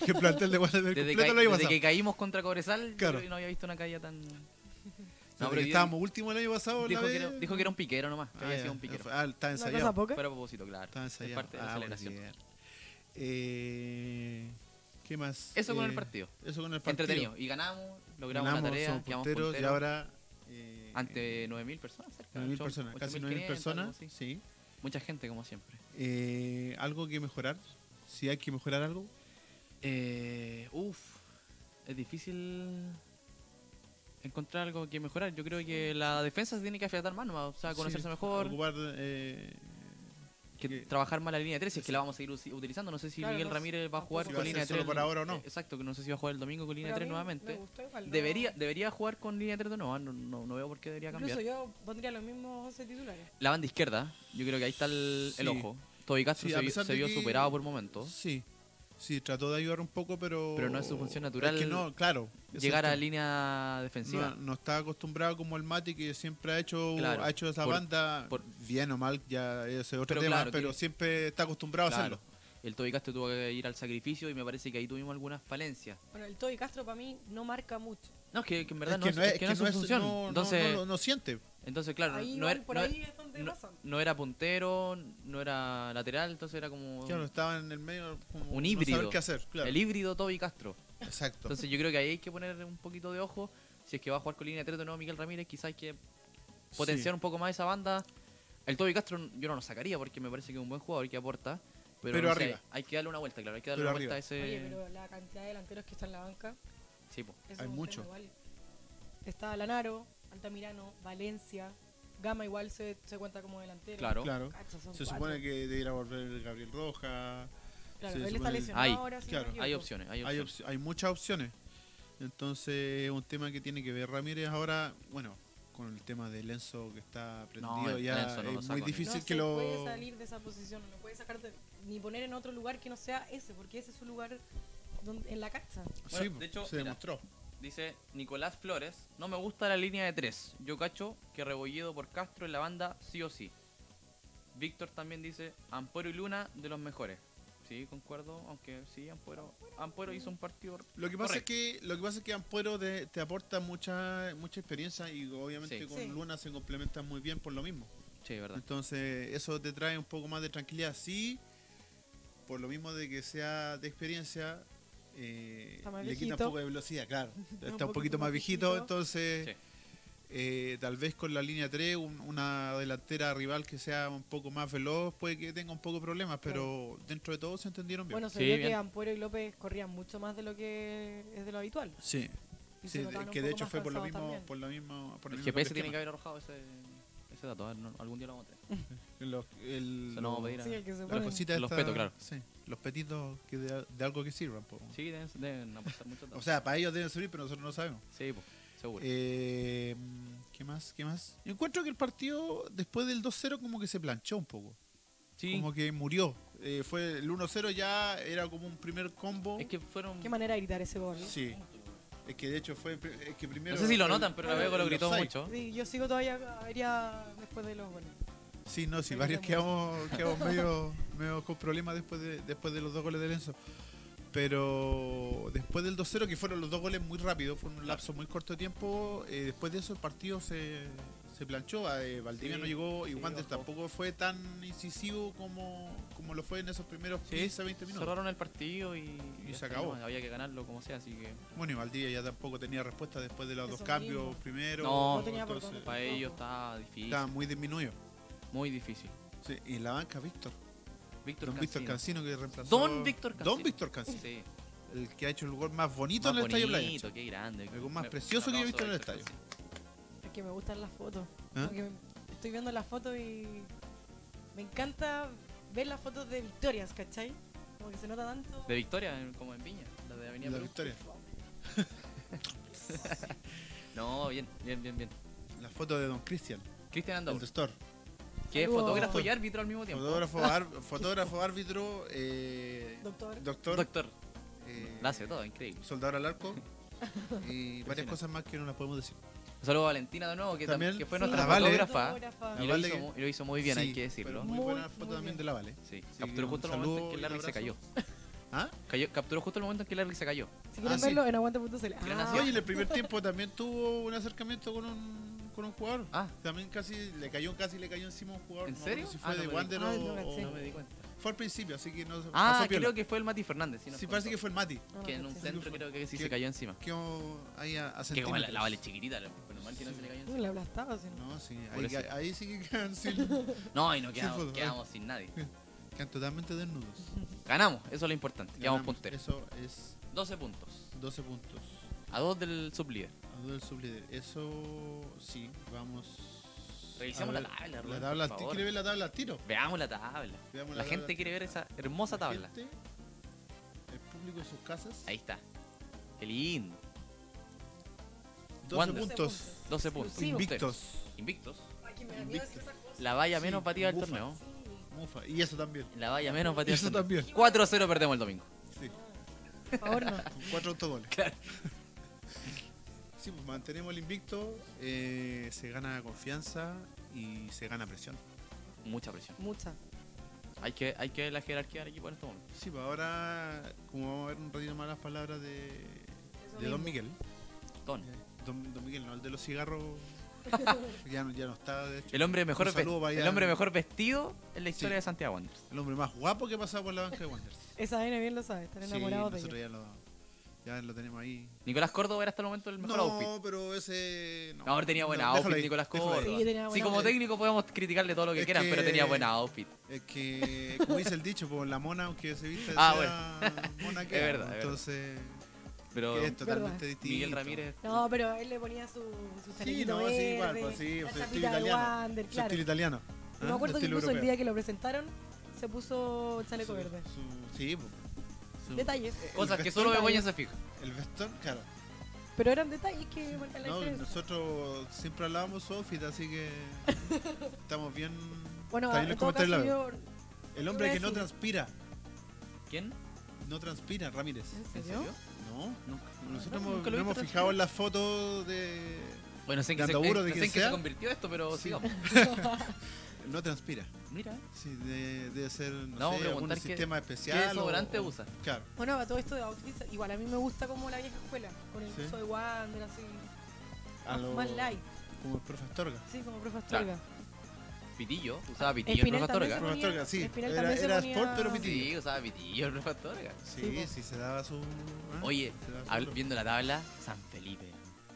S1: Que el plantel de Wander del
S2: desde,
S1: completo
S2: que,
S1: el año
S2: desde
S1: pasado.
S2: que caímos contra Cobresal, yo
S1: Claro.
S2: no había visto una caída tan.
S1: Desde
S2: No,
S1: que
S2: pero yo-
S1: estábamos último el año pasado.
S2: dijo,
S1: la
S2: que era,
S1: vez-
S2: dijo que era un piquero nomás, que
S1: Ah,
S2: había
S1: ya.
S2: sido un piquero.
S1: Ah, está
S3: Una cosa
S1: ensayado.
S3: poca.
S2: Fue a propósito, claro.
S1: Está
S2: Es
S1: ensayado.
S2: parte de la
S1: Ah, muy
S2: celebración.
S1: bien. Eh, ¿Qué más?
S2: Eso con el
S1: Eh,
S2: partido.
S1: Eso con el partido.
S2: Entretenido. Y ganamos, logramos
S1: Ganamos,
S2: la tarea,
S1: somos
S2: quedamos
S1: punteros y
S2: punteros.
S1: ahora... eh,
S2: Ante 9.000 personas, cerca.
S1: 9.000
S2: ocho-
S1: personas, casi 9.000
S2: 8.500, algo
S1: personas.
S2: así.
S1: Sí.
S2: Mucha gente, como siempre.
S1: Eh, ¿Algo que mejorar? Si hay que mejorar algo.
S2: Eh, uf, es difícil encontrar algo que mejorar. Yo creo que la defensa se tiene que afiatar más, nomás, o sea, conocerse
S1: Sí,
S2: mejor,
S1: Ocupar, eh,
S2: que
S1: que-
S2: trabajar más la línea de 3, si es que la vamos a seguir usi- utilizando. No sé si
S3: Claro,
S2: Miguel
S3: no sé.
S2: Ramírez va a jugar
S1: si
S3: Tampoco
S1: va a
S2: con línea
S1: ser
S2: de
S1: solo
S2: 3.
S1: por ahora o no.
S2: Exacto, que no sé si va a jugar el domingo con línea
S3: Pero a
S2: 3
S3: mí me
S2: nuevamente.
S3: gustó igual, no-
S2: Debería, debería jugar con línea 3 de nuevo, Ah, no, no, no veo por qué debería cambiar.
S3: Incluso yo pondría los mismos 11 titulares.
S2: La banda izquierda, yo creo que ahí está el, el
S1: Sí.
S2: ojo. Toby Castro
S1: Sí, a
S2: se, vi-
S1: pesar
S2: se
S1: de
S2: vio
S1: que-
S2: superado por momentos.
S1: Sí. Sí, trató de ayudar un poco, pero...
S2: Pero no es su función natural
S1: Es que no, claro. es
S2: Llegar
S1: el
S2: a
S1: tema.
S2: línea
S1: no,
S2: defensiva.
S1: no está acostumbrado como el Mati que siempre ha hecho
S2: Claro,
S1: ha hecho esa
S2: por-
S1: banda
S2: por-
S1: bien o mal ya ese es otro
S2: Pero
S1: tema
S2: claro,
S1: pero
S2: tiene-
S1: siempre está acostumbrado a
S2: Claro.
S1: hacerlo
S2: El Toby Castro tuvo que ir al sacrificio y me parece que ahí tuvimos algunas falencias.
S3: Bueno, el Toby Castro para mí no marca mucho.
S2: No, es que, que en verdad
S1: Es
S2: no, es, es que no es su
S1: es-
S2: función.
S1: no- no-
S2: entonces,
S1: no lo- no siente
S2: entonces, claro,
S3: ahí
S2: no,
S3: igual,
S2: era,
S3: por
S2: no-
S3: ahí es donde
S2: no-
S3: pasan.
S2: no era puntero, no era lateral, entonces era como
S1: claro estaba en el medio como
S2: Un
S1: no saber
S2: híbrido.
S1: qué hacer claro
S2: el híbrido Toby Castro.
S1: exacto
S2: Entonces yo creo que ahí hay que poner un poquito de ojo. Si es que va a jugar con línea 3 de nuevo Miguel Ramírez, quizás hay que potenciar
S1: Sí.
S2: un poco más esa banda. El Toby Castro yo no lo sacaría porque me parece que es un buen jugador que aporta. Pero,
S1: Pero
S2: no sé,
S1: arriba.
S2: hay que darle una vuelta, claro. Hay que darle
S1: Pero
S2: una vuelta a
S1: arriba.
S2: ese...
S3: Oye, pero la cantidad de delanteros que está en la banca.
S2: Sí, po.
S3: eso es
S1: Hay
S3: un tema
S1: mucho.
S3: igual. Está Lanaro, Altamirano, Valencia. Gama igual se, se cuenta como delantero.
S2: Claro.
S1: claro
S3: Cacha, son
S1: se
S3: cuatro.
S1: supone que de ir a volver Gabriel Roja
S3: Claro,
S1: se
S3: él está
S1: supone-
S3: lesionado
S2: Hay,
S3: ahora. si no me
S1: claro.
S2: Hay
S3: equivoco.
S2: opciones, hay
S1: hay,
S2: opciones.
S1: opci- hay muchas opciones entonces es un tema que tiene que ver Ramírez ahora bueno con el tema de Lenzo que está prendido
S2: el
S1: ya
S2: Lenzo no lo
S1: es
S2: saco
S1: muy
S2: ni-
S3: No
S1: difícil
S3: se
S1: que lo
S3: puede salir de esa posición, no puede sacarte ni poner en otro lugar que no sea ese, porque ese es su lugar donde- en la cancha.
S1: sí,
S2: Bueno, de hecho,
S1: se
S2: mira.
S1: demostró
S2: Dice Nicolás Flores, no me gusta la línea de tres. Yo cacho que Rebolledo por Castro en la banda sí o sí. Víctor también dice, Ampuero y Luna de los mejores. Sí, concuerdo, aunque sí, Ampuero, Ampuero hizo un partido...
S1: Lo que pasa
S2: correcto.
S1: es que lo que pasa es que Ampuero te, te aporta mucha mucha experiencia y obviamente
S2: Sí.
S1: con
S3: Sí.
S1: Luna se complementan muy bien por lo mismo.
S2: Sí, verdad.
S1: Entonces, eso te trae un poco más de tranquilidad. Sí, por lo mismo de que sea de experiencia eh,
S3: Está más
S1: le quita un
S3: viejito.
S1: poco de velocidad, claro. Está, un
S3: poquito
S1: poquito más
S3: más
S1: viejito,
S3: viejito.
S1: entonces
S2: Sí.
S1: eh, tal vez con la línea 3 un- una delantera rival que sea un poco más veloz puede que tenga un poco de problemas, pero dentro de todo se entendieron bien.
S3: Bueno, se
S2: Sí,
S3: vio
S2: bien.
S3: que Ampuero y López corrían mucho más de lo que es de lo habitual.
S1: sí,
S3: y
S1: Sí,
S3: se notaban un
S1: que de
S3: poco
S1: hecho
S3: más
S1: fue por lo
S3: cansados
S1: mismo,
S3: también.
S1: por lo mismo, por el
S2: El
S1: mismo
S2: GPS
S1: cambio
S2: tiene que
S1: de
S2: haber arrojado ese, ese dato, a ver, no- algún día lo vamos a tener.
S1: esquema. Los, el-
S2: Se lo vamos a pedir
S1: los-
S2: a-
S3: Sí, el que se
S1: las
S3: ponen.
S1: cositas
S2: Los
S1: estas-
S2: petos, claro.
S1: sí, los petitos que de, de algo que sirvan. po.
S2: Sí, deben, deben apostar mucho.
S1: O sea, para ellos deben servir, pero nosotros no sabemos.
S2: sí, po, seguro.
S1: Eh, ¿Qué más? ¿Qué más? Yo encuentro que el partido después del 2-0 como que se planchó un poco.
S2: sí,
S1: Como que murió. Eh, fue el 1-0 ya era como un primer combo.
S2: es que fueron...
S3: Qué manera de gritar ese gol. Sí.
S1: Sí. Es que de hecho fue pri- es que primero
S2: No sé si lo
S1: fue el-
S2: notan, pero la veo que lo
S1: el
S2: gritó
S1: offside.
S2: mucho.
S3: yo sigo todavía avería después de los goles.
S1: Sí, no, sí, varios quedamos,
S2: <laughs>
S1: quedamos medio, medio con problemas después de, después de los dos goles de Lenzo. Pero después del 2-0, que fueron los dos goles muy rápido, fue un lapso muy corto de tiempo, eh, después de eso el partido se, se planchó, ah, eh, Valdivia
S2: Sí,
S1: no llegó y
S2: sí,
S1: Wander
S2: bajó.
S1: tampoco fue tan incisivo como, como lo fue en esos primeros
S2: Sí,
S1: 15, 20 minutos.
S2: Cerraron el partido y,
S1: Y
S2: ya
S1: se
S2: está,
S1: acabó.
S2: no, había que ganarlo como sea, así que
S1: Bueno, y Valdivia ya tampoco tenía respuesta después de los dos
S3: Eso
S1: cambios
S3: mismo.
S1: primero,
S2: No,
S3: no tenía por
S1: entonces
S3: dónde.
S2: para ellos está difícil,
S1: estaba muy disminuido.
S2: muy difícil.
S1: Sí, y la banca, Víctor.
S2: Víctor
S1: Don Víctor
S2: Cancino.
S1: Cancino que reemplazó.
S2: Don Víctor Cancino.
S1: Don Víctor Cancino.
S2: Sí,
S1: el que ha hecho el lugar más bonito
S2: Más
S1: en el Estadio Playa.
S2: bonito, qué grande.
S1: Algo más
S2: Me-
S1: precioso
S2: un
S1: que yo he
S2: aplauso
S1: visto en el
S2: a Héctor
S3: Es que me gustan las fotos.
S1: ¿Ah?
S3: Como que me- estoy viendo las fotos y me encanta ver las fotos de victorias, ¿cachai? Como que se nota tanto.
S2: García. De Victoria, en- como en Viña, la de Avenida
S1: La
S2: Perú.
S1: victoria.
S2: No, bien, bien, bien, bien.
S1: La foto de Don Cristian,
S2: Cristian
S1: el
S2: Andor,
S1: de Store.
S2: que es
S3: Saludos.
S2: fotógrafo y árbitro al mismo tiempo.
S1: Fotógrafo,
S2: Ah.
S1: ar- fotógrafo árbitro, eh,
S3: Doctor,
S1: doctor.
S2: Doctor.
S1: eh,
S2: La hace todo, increíble.
S1: Soldador al
S2: <laughs>
S1: arco. Y varias
S2: Impresionante.
S1: cosas más que no las podemos decir.
S2: Un saludo a Valentina de nuevo, que, tam-
S1: También
S2: que fue
S1: sí.
S2: nuestra
S1: La Vale.
S2: fotógrafa.
S3: Fotógrafa.
S1: La
S2: Y,
S1: Vale
S2: lo hizo,
S1: que-
S2: mu- y lo hizo muy bien,
S1: Sí,
S2: hay que
S1: pero
S2: decirlo.
S1: Muy,
S3: Muy,
S1: buena
S3: muy
S1: foto también
S3: bien.
S1: de la Vale.
S2: Sí,
S1: Sí,
S2: capturó
S1: un
S2: justo el
S1: saludo
S2: momento en que
S1: y un
S2: Larry se cayó.
S1: abrazo. ¿Ah?
S2: Cayó- Capturó justo el momento en que Larry se cayó.
S3: Si quieren
S1: Ah, sí.
S3: verlo, en aguante.cl.
S2: Gran
S1: Ah,
S2: acción.
S1: oye, en el primer tiempo también tuvo un acercamiento con un, con un jugador.
S2: Ah,
S1: También casi le cayó, casi le cayó encima a un jugador.
S2: ¿En
S1: No me acuerdo
S2: serio?
S1: Si fue
S2: Ah, no
S1: de
S2: me di-
S1: Wander
S3: ah,
S1: o-
S3: no caché.
S2: no me di cuenta.
S1: Fue al principio, así que no
S2: Ah,
S1: pasó
S2: creo
S1: piola.
S2: que fue el Mati Fernández. Sí, nos
S1: Sí, parece que
S2: contó.
S1: fue el Mati.
S3: No,
S2: Que en
S3: no
S2: un
S3: sé.
S2: centro creo que sí
S1: Que-
S2: se cayó encima.
S1: Quedó ahí a, a
S2: Que como la,
S1: centímetros.
S2: la vale chiquitita, lo- menos mal que no se le cayó
S3: No,
S2: encima.
S3: la aplastaba, si no.
S1: No, sí.
S2: Por
S1: Ahí,
S2: eso.
S1: ahí sí que quedan, sin-
S2: No, y no
S1: Sí,
S2: quedamos,
S1: fue-
S2: quedamos sin nadie.
S1: quedan totalmente
S2: <laughs>
S1: desnudos.
S2: Ganamos, eso es lo importante. Quedamos
S1: Ganamos.
S2: punteros.
S1: Eso es
S2: 12 puntos.
S1: 12 puntos.
S2: A dos del sublíder.
S1: A duda del sublíder. Eso sí, vamos.
S2: Revisemos
S1: a
S2: la
S1: ver.
S2: tabla,
S1: La
S2: Rubén,
S1: tabla al
S2: por
S1: ti-
S2: favor.
S1: ¿Quiere ver la tabla al tiro?
S2: Veamos la tabla.
S1: Veamos
S2: La
S1: tabla.
S2: gente quiere ver esa hermosa
S1: La
S2: tabla.
S1: gente, el público en sus casas.
S2: Ahí está. Qué lindo.
S1: 12
S2: Wander.
S1: puntos.
S2: 12 puntos.
S3: Exclusivo.
S1: Invictos.
S2: Invictos.
S3: Ay, que me da miedo decir
S1: Invicto.
S3: esas cosas.
S2: La valla
S1: Sí,
S2: menos batida del
S1: bufa.
S2: torneo.
S1: Mufa. Y eso también.
S2: La valla menos
S1: Y
S2: batida del
S1: eso
S2: torneo.
S1: también.
S2: 4-0 perdemos el domingo.
S1: Sí,
S3: Por favor, no.
S1: con cuatro autogoles.
S2: Claro.
S1: Sí, pues mantenemos el invicto. eh, se gana confianza y se gana presión.
S2: Mucha presión.
S3: Mucha.
S2: Hay que, hay que ver la jerarquía del equipo en este momento.
S1: Sí, pues ahora, como vamos a ver un ratito más las palabras de,
S3: Eso
S1: de Don
S3: mismo.
S1: Miguel.
S2: Ton.
S1: Don, don Miguel, no, el de los
S3: <laughs>
S1: cigarros. ya, no, ya no está, de hecho.
S2: El hombre mejor,
S1: Un saludo
S2: ve-
S1: para allá.
S2: el hombre mejor vestido en la historia
S1: Sí.
S2: de Santiago Wanderers.
S1: El hombre más guapo que ha pasado por la banca de Wanderers.
S3: Esa N bien lo sabe, están
S1: Sí,
S3: enamorados de
S1: nosotros
S3: ella.
S1: ya lo, ya lo tenemos ahí.
S2: Nicolás Córdoba era hasta el momento el mejor outfit.
S1: No, pero ese. No,
S2: No, ahora tenía buena
S1: No, déjalo
S2: outfit
S1: ahí,
S2: Nicolás
S1: déjalo ahí.
S2: Córdoba.
S3: Sí, tenía
S2: Sí,
S3: buena
S2: como
S1: outfit.
S2: técnico podemos criticarle todo lo que
S1: Es
S2: quieran, pero
S1: que-
S2: tenía buena outfit.
S1: Es Eh, que, como dice el dicho, por la mona, aunque se vista
S2: Ah,
S1: sea mona que.
S2: Es verdad, es verdad.
S1: Entonces,
S2: Pero
S1: que es totalmente
S3: Verdad.
S1: distinto.
S2: Miguel Ramírez,
S3: No, pero él le ponía su, su
S1: Sí,
S3: chalequito
S1: no, sí,
S3: verde,
S1: igual, pues sí,
S3: la
S1: su estilo
S3: chapita de
S1: italiano.
S3: Wander,
S1: Su
S3: claro.
S1: estilo italiano.
S3: Me
S1: ¿ah?
S3: acuerdo que
S1: Estilo
S3: incluso el
S1: europeo.
S3: día que lo presentaron se puso chaleco
S1: Su-
S3: verde.
S1: su- sí, pues. Su-
S3: Detalles.
S2: cosas
S1: el
S2: que
S1: vestón-
S2: solo Begoña se fija.
S1: El vestón, claro.
S3: Pero eran detalles que marcan la
S1: No,
S3: diferencia.
S1: nosotros siempre hablábamos su outfit, así
S3: <laughs>
S1: que estamos bien.
S3: Bueno,
S1: está bien los
S3: en todo caso
S1: comentarios, la
S3: yo...
S1: veo. El hombre
S3: iba a
S1: que no
S3: decir-
S1: transpira,
S2: ¿Quién?
S1: no transpira, Ramírez.
S3: ¿En
S2: ¿En
S3: serio?
S2: serio?
S1: No,
S2: Nunca.
S1: nosotros
S2: No,
S1: hemos-
S2: nunca lo
S1: nos
S2: he
S1: hemos
S2: visto
S1: fijado en las fotos de.
S2: Bueno, sé en
S1: de
S2: qué se,
S1: Andauro,
S2: en-
S1: de
S2: sé en
S1: quien
S2: qué se
S1: sea.
S2: convirtió esto, pero
S1: Sí.
S2: sigamos.
S1: No transpira.
S2: Mira,
S1: Sí, de- debe ser, no
S2: Le vamos a
S1: sé, algún
S2: preguntar qué-
S1: sistema especial.
S2: qué desodorante
S1: o- o-
S2: usa.
S1: Claro.
S3: Bueno, a todo esto de outfits, igual a mí me gusta como la vieja escuela, con el
S1: Sí.
S3: uso de Wander, así,
S1: a lo-
S3: más light,
S1: Como el profe Astorga.
S3: sí, como profe
S2: Claro.
S3: Astorga.
S2: Pitillo, usaba Pitillo el
S3: Espinel
S2: profe
S3: también
S2: Astorga.
S1: Profe
S3: ponía-
S1: Astorga, sí.
S3: Espinel
S1: Era,
S3: también se
S1: era
S3: ponía-
S1: sport, pero pitillo.
S2: Sí, usaba Pitillo el profe Astorga.
S1: Sí,
S3: po.
S1: sí, se daba su. ¿ah?
S2: Oye,
S1: Se daba su-
S2: habl- viendo la tabla, San Felipe.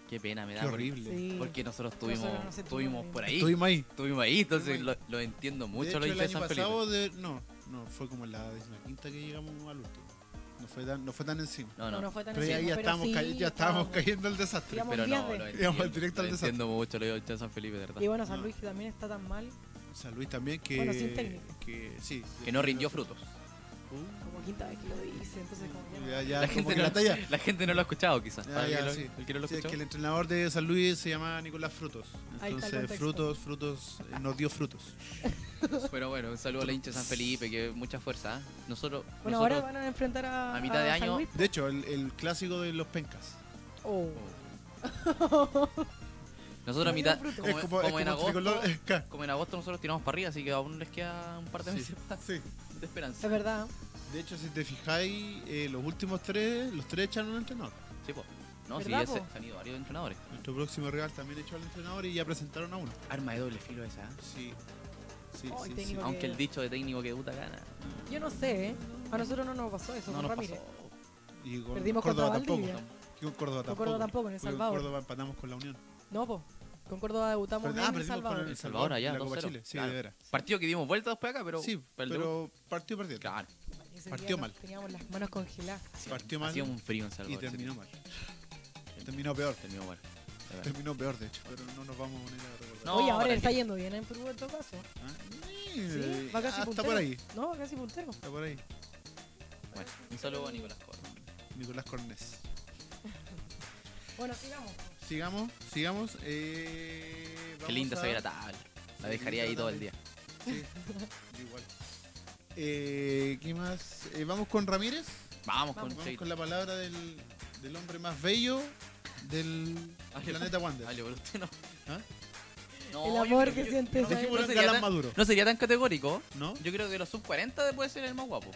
S2: Qué pena me
S1: Qué
S2: da. porque-
S1: horrible.
S3: Sí.
S2: Porque nosotros
S3: Nosotros
S2: estuvimos,
S3: no sentimos
S2: estuvimos
S3: bien.
S2: por ahí.
S1: Estuvimos ahí.
S2: Estuvimos ahí, entonces
S1: Estuvimos
S2: lo, lo entiendo
S1: de
S2: mucho
S1: hecho,
S2: lo
S1: el
S2: hinchas de
S1: año
S2: San Felipe.
S1: pasado de, no, no fue como la quinta que llegamos al último. No fue tan, no fue tan encima.
S2: No,
S3: No,
S2: no.
S3: no fue tan
S1: pero ya,
S3: encima,
S1: ya
S3: pero
S1: estábamos
S3: sí,
S1: cay- ya estábamos
S3: estábamos.
S1: cayendo al desastre.
S3: Digamos-
S2: Pero no, lo
S3: Digamos
S2: entiendo,
S1: directo al
S2: lo
S1: desastre.
S2: entiendo mucho lo hinchas de San Felipe, de verdad.
S3: Y bueno, San
S1: No.
S3: Luis que también está tan mal,
S1: San Luis también que
S3: Bueno, sin técnico.
S1: que sí,
S2: Que no rindió frutos.
S1: Uh,
S3: como quinta vez que lo dice, entonces como que no-
S1: ya ya
S2: La
S1: como
S2: gente
S1: que
S2: no-
S1: la talla.
S2: La gente no lo ha escuchado quizás.
S1: Ya,
S2: para el
S1: ya,
S2: que lo-
S1: sí.
S2: el que no lo
S1: Sí, es que
S2: escuchó.
S1: el entrenador de San Luis se llamaba Nicolás Frutos.
S3: Ahí está el
S1: Entonces,
S3: contexto.
S1: Frutos, Frutos, eh, nos dio frutos.
S2: Pero bueno, un saludo a la hincha de San Felipe, que mucha fuerza. ¿eh? Nosotros,
S3: Bueno,
S2: nosotros-
S3: ahora van a enfrentar a,
S2: a mitad de
S3: San
S2: año-
S3: Luis.
S1: De hecho, el, el clásico de los pencas.
S3: Oh. <laughs>
S2: nosotros a
S3: No
S2: mitad,
S3: dio fruto.
S2: como,
S1: es como,
S2: como
S1: es como
S2: en
S1: el tricolor. <laughs>
S2: agosto,
S1: es ca-
S2: como en agosto nosotros tiramos para arriba, así que aún les queda un par de
S1: Sí,
S2: meses <laughs> más
S1: sí.
S2: de
S3: Es
S2: esperanza.
S3: verdad.
S1: De hecho, si te fijáis, eh, los últimos tres, los tres echaron un entrenador.
S2: Sí, po. No, sí,
S3: ¿Verdad,
S2: ese-
S3: po?
S2: se han ido varios entrenadores.
S1: Nuestro próximo rival también echó al entrenador y ya presentaron a uno.
S2: Arma de doble filo esa. ¿eh?
S1: Sí. Sí, sí,
S3: Ay, técnico.
S1: sí.
S3: Creo
S2: Aunque
S3: que-
S2: el dicho de técnico que debuta gana.
S3: Yo no sé, ¿eh? A nosotros no nos pasó eso
S2: No
S3: con
S2: nos
S3: Ramírez.
S2: pasó.
S1: Y con
S3: Perdimos
S1: Córdoba
S3: contra
S1: tampoco.
S3: Valdivia.
S1: Y con Córdoba
S3: Con
S1: tampoco.
S3: Córdoba tampoco, en El
S1: Porque con
S3: Salvador.
S1: Córdoba empatamos con la Unión.
S3: No, po. Con Córdoba debutamos
S1: Perdón,
S3: en
S1: ah,
S3: El
S1: perdimos
S3: Salvador.
S1: con
S2: El Salvador allá,
S1: en la Copa
S2: 2-0.
S1: Chile. Sí,
S2: Claro.
S1: de veras.
S2: Partido que dimos vuelta después acá, pero.
S1: sí,
S2: el
S1: pero partido perdido.
S2: Claro.
S3: ese día
S1: Partió
S3: nos
S1: mal.
S3: Teníamos las manos congeladas.
S1: Partió mal
S2: Hacía un frío en Salvador.
S1: y
S2: ese
S1: terminó
S2: día.
S1: mal. Terminó peor.
S2: Terminó mal. de verdad.
S1: Terminó peor, de hecho, pero no nos vamos a poner a recordar.
S2: No,
S3: Oye, ahora
S2: para
S3: le está
S2: qué.
S3: yendo bien en Perú en todo caso.
S1: ¿Ah?
S3: Sí,
S1: Eh,
S3: va casi
S1: ah, está
S3: puntero.
S1: por ahí,
S3: No, va casi puntero.
S1: está por ahí.
S2: Bueno, un saludo a Nicolás Corro.
S1: Nicolás Cornés.
S3: Bueno, sigamos.
S1: Sigamos, sigamos. Eh,
S2: Qué
S1: vamos
S2: linda
S1: a-
S2: se ve
S1: <laughs>
S2: la tabla. La
S1: Sí,
S2: dejaría ahí
S1: linda
S2: todo el
S1: tabla.
S2: día.
S1: Sí, yo igual. Eh, ¿Qué más? Eh, vamos con Ramírez.
S2: Vamos con
S1: Vamos
S2: Cheito.
S1: con la palabra del, del hombre más bello del
S2: Ale-
S1: planeta Wander.
S2: Dale, pero usted no.
S1: ¿Ah?
S2: No,
S3: El
S2: yo
S3: amor
S2: creo
S3: que siente
S2: no,
S3: Ramírez.
S1: Dejémoslo
S2: no
S1: en
S2: sería
S1: Galán
S2: tan-
S1: Maduro,
S2: no sería tan categórico.
S1: ¿no?
S2: Yo creo que los sub 40 puede ser el más guapo.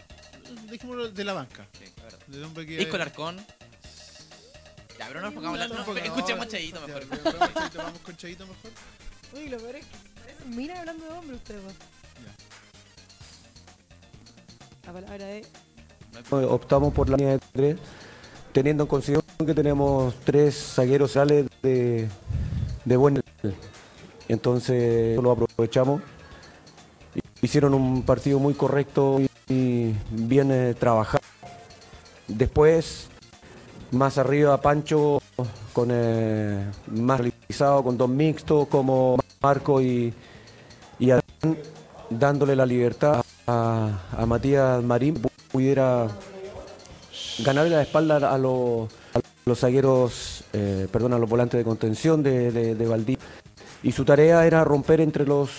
S1: Dejémoslo de la banca.
S2: Sí, la verdad.
S1: Del hombre que.
S2: Disco Larcón. Ya, pero no nos pongamos la.
S1: No,
S2: No,
S1: porque no,
S2: escuchemos
S1: ya,
S2: Cheito
S1: ya,
S2: mejor.
S1: vamos con Cheito, Vamos con Chayito mejor.
S3: Uy, lo peor es que parecen minas hablando de hombre ustedes dos. La palabra de...
S4: eh, optamos por la línea de tres, teniendo en consideración que tenemos tres zagueros sales de, de buen nivel. Entonces lo aprovechamos. Hicieron un partido muy correcto y, y bien eh, trabajado. Después, más arriba, Pancho con eh, más realizado, con dos mixtos como Marco y, y Adán, dándole la libertad a, a Matías Marín pudiera ganarle la espalda a los, a los zagueros, eh, perdón, a los volantes de contención de, de, de Valdivia. Y su tarea era romper entre los,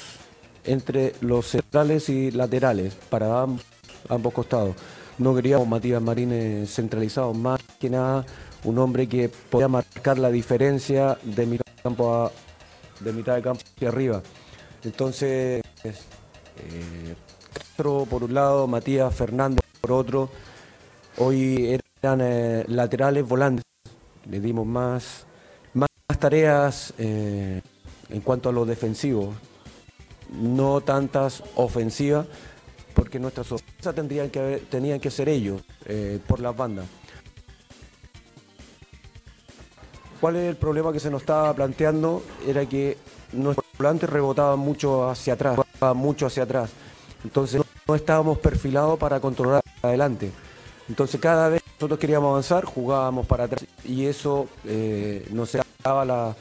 S4: entre los centrales y laterales para ambos, ambos costados. No queríamos Matías Marines centralizado, más que nada un hombre que podía marcar la diferencia de mitad de campo, a, de mitad de campo hacia arriba. Entonces, eh, Castro por un lado, Matías Fernández por otro. Hoy eran eh, laterales volantes. Le dimos más, más, más tareas eh, en cuanto a los defensivos. No tantas ofensivas, porque nuestras ofensas tendrían que, haber- tenían que ser ellos eh, por las bandas. ¿Cuál es el problema que se nos estaba planteando? Era que nuestros volantes rebotaban mucho hacia atrás, rebotaban mucho hacia atrás. Entonces no, no estábamos perfilados para controlar adelante. Entonces cada vez que nosotros queríamos avanzar, jugábamos para atrás y eso eh, nos evitaba la,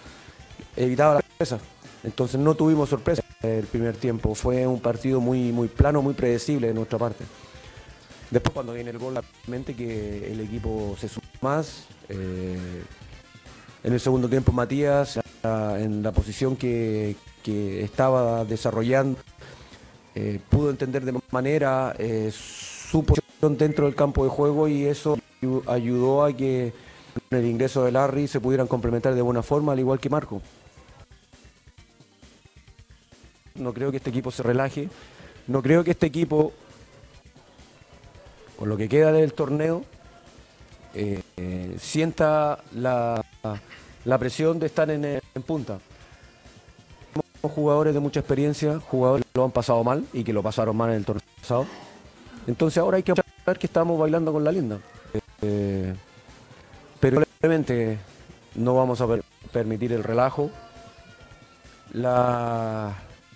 S4: evitaba la sorpresa. Entonces no tuvimos sorpresa el primer tiempo. Fue un partido muy, muy plano, muy predecible de nuestra parte. Después cuando viene el gol, obviamente que el equipo se suma más. eh, en el segundo tiempo Matías, a- en la posición que, que estaba desarrollando, eh, pudo entender de manera eh, su posición dentro del campo de juego y eso ayu- ayudó a que con el ingreso de Larry se pudieran complementar de buena forma, al igual que Marco. No creo que este equipo se relaje, no creo que este equipo, con lo que queda del torneo, eh, eh, sienta la, la presión de estar en, eh, en punta. Somos jugadores de mucha experiencia, jugadores que lo han pasado mal y que lo pasaron mal en el torneo pasado. Entonces ahora hay que saber que estamos bailando con la linda. Eh, pero probablemente no vamos a per- permitir el relajo. La,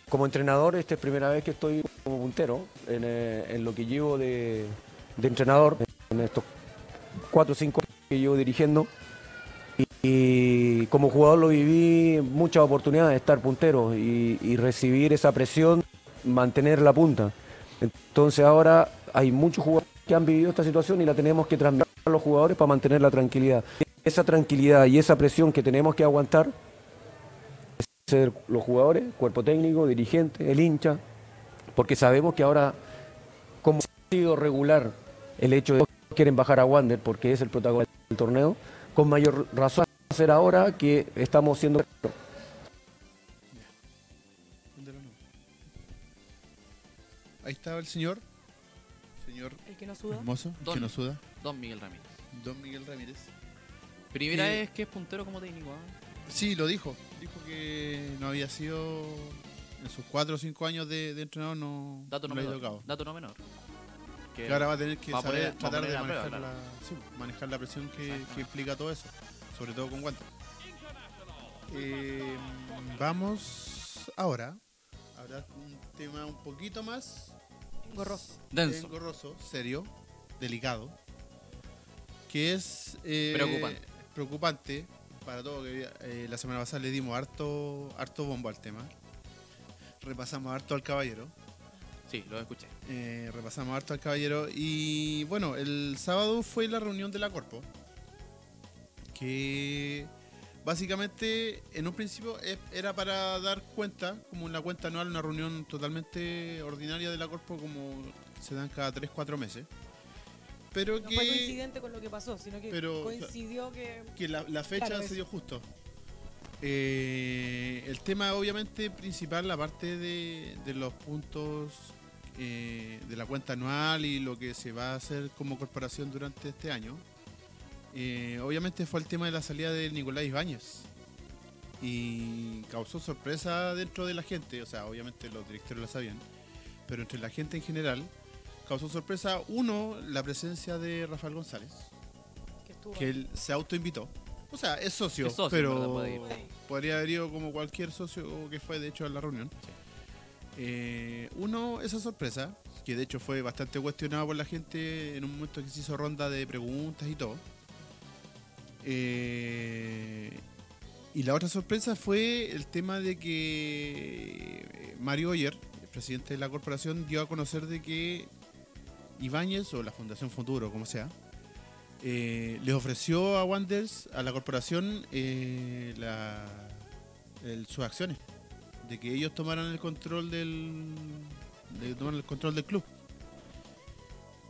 S4: como entrenador, esta es primera vez que estoy como puntero en, eh, en lo que llevo de, de entrenador, en estos cuatro o cinco años que llevo dirigiendo. Y como jugador lo viví muchas oportunidades de estar puntero y, y recibir esa presión, mantener la punta. Entonces ahora hay muchos jugadores que han vivido esta situación y la tenemos que transmitir a los jugadores para mantener la tranquilidad. Esa tranquilidad y esa presión que tenemos que aguantar, ser los jugadores, cuerpo técnico, dirigente, el hincha, porque sabemos que ahora, como ha sido regular el hecho de que quieren bajar a Wander porque es el protagonista del torneo, con mayor razón hacer ahora que estamos siendo
S1: Póntelo, no. Ahí estaba el señor. Señor
S3: El que no suda.
S1: hermoso, que
S2: Don.
S1: nos suda.
S2: Don Miguel Ramírez.
S1: Don Miguel Ramírez.
S2: Primera
S1: Eh,
S2: vez que es puntero como técnico. ¿ah?
S1: Sí, lo dijo. Dijo que no había sido. En sus 4 o 5 años de, de entrenador no,
S2: Dato no
S1: no le había
S2: menor.
S1: tocado.
S2: Dato no menor. Que-
S1: Que ahora va a tener que
S2: va a
S1: saber
S2: poner- va a
S1: tratar
S2: poner
S1: de
S2: a prueba,
S1: manejar,
S2: claro.
S1: la, sí, manejar la presión que,
S2: Exactamente.
S1: que implica todo eso, sobre todo con guantes. Eh, vamos ahora a hablar un tema un poquito más
S3: Gorroso.
S1: Denso.
S2: Denso.
S1: engorroso, serio, delicado, que es eh,
S2: Preocupante.
S1: preocupante para todo. Que, eh, la semana pasada le dimos harto, harto bombo al tema. Repasamos harto al caballero.
S2: Sí, lo escuché.
S1: Eh, repasamos harto al caballero. Y bueno, el sábado fue la reunión de la Corpo. Que básicamente en un principio e- era para dar cuenta, como una cuenta anual, una reunión totalmente ordinaria de la Corpo, como se dan cada 3-4 meses. Pero
S3: No fue
S1: que,
S3: coincidente con lo que pasó, sino que
S1: Pero-
S3: coincidió que
S1: que la, la fecha
S3: Claro,
S1: se
S3: eso.
S1: dio justo. Eh, el tema obviamente principal, la parte de, de los puntos eh, de la cuenta anual y lo que se va a hacer como corporación durante este año, eh, obviamente fue el tema de la salida de Nicolás Ibáñez. Y causó sorpresa dentro de la gente, o sea, obviamente los directores lo sabían, pero entre la gente en general, causó sorpresa, uno, la presencia de Rafael González,
S3: que estuvo.
S1: que él se autoinvitó. O sea, es socio,
S2: Es socio, en verdad,
S1: pero
S2: puede ir.
S1: podría haber ido como cualquier socio que fue, de hecho, a la reunión. Eh, uno, esa sorpresa, que de hecho fue bastante cuestionada por la gente en un momento que se hizo ronda de preguntas y todo. Eh, y la otra sorpresa fue el tema de que eh, Mario Oyer, el presidente de la corporación, dio a conocer de que Ibáñez o la Fundación Futuro, como sea, eh, les ofreció a Wanders, a la corporación, eh, la- el- sus acciones, de que ellos tomaran el control del, de tomar el control del club.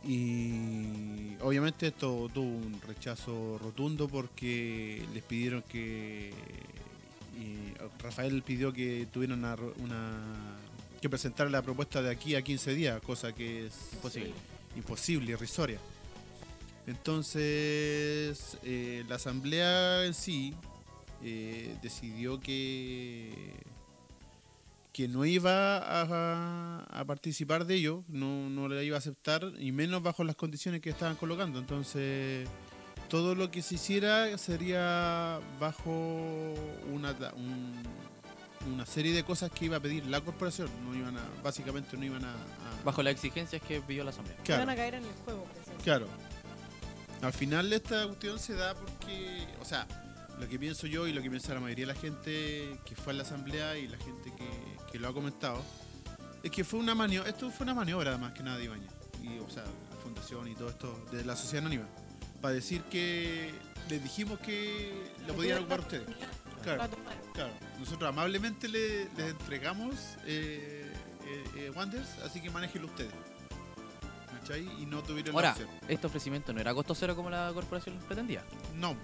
S1: Y obviamente esto tuvo un rechazo rotundo porque les pidieron que y Rafael pidió que tuvieran una, ro- una- que presentar la propuesta de aquí a 15 días, cosa que es
S2: Posible.
S1: imposible, irrisoria. Entonces, eh, la asamblea en sí eh, decidió que, que no iba a, a participar de ello, no, no la iba a aceptar, y menos bajo las condiciones que estaban colocando. Entonces, todo lo que se hiciera sería bajo una, ta- un- una serie de cosas que iba a pedir la corporación. No iban a, básicamente no iban a... a-
S2: Bajo las exigencias que pidió la asamblea.
S1: Claro.
S3: Van a caer en el juego. parece.
S1: Claro. Al final esta cuestión se da porque, o sea, lo que pienso yo y lo que piensa la mayoría de la gente que fue a la asamblea y la gente que, que lo ha comentado, es que fue una maniobra, esto fue una maniobra más que nada de Ibañez, y, o sea, la fundación y todo esto de la sociedad anónima, para decir que les dijimos que lo podían ocupar ustedes. Claro.
S3: La tomaron.
S1: Claro, nosotros amablemente le- les entregamos eh, eh, eh, Wanders, así que manéjenlo ustedes. ¿Cachai? Y no tuvieron la
S2: Ahora,
S1: opción.
S2: este ofrecimiento no era costo cero como la corporación pretendía.
S1: No,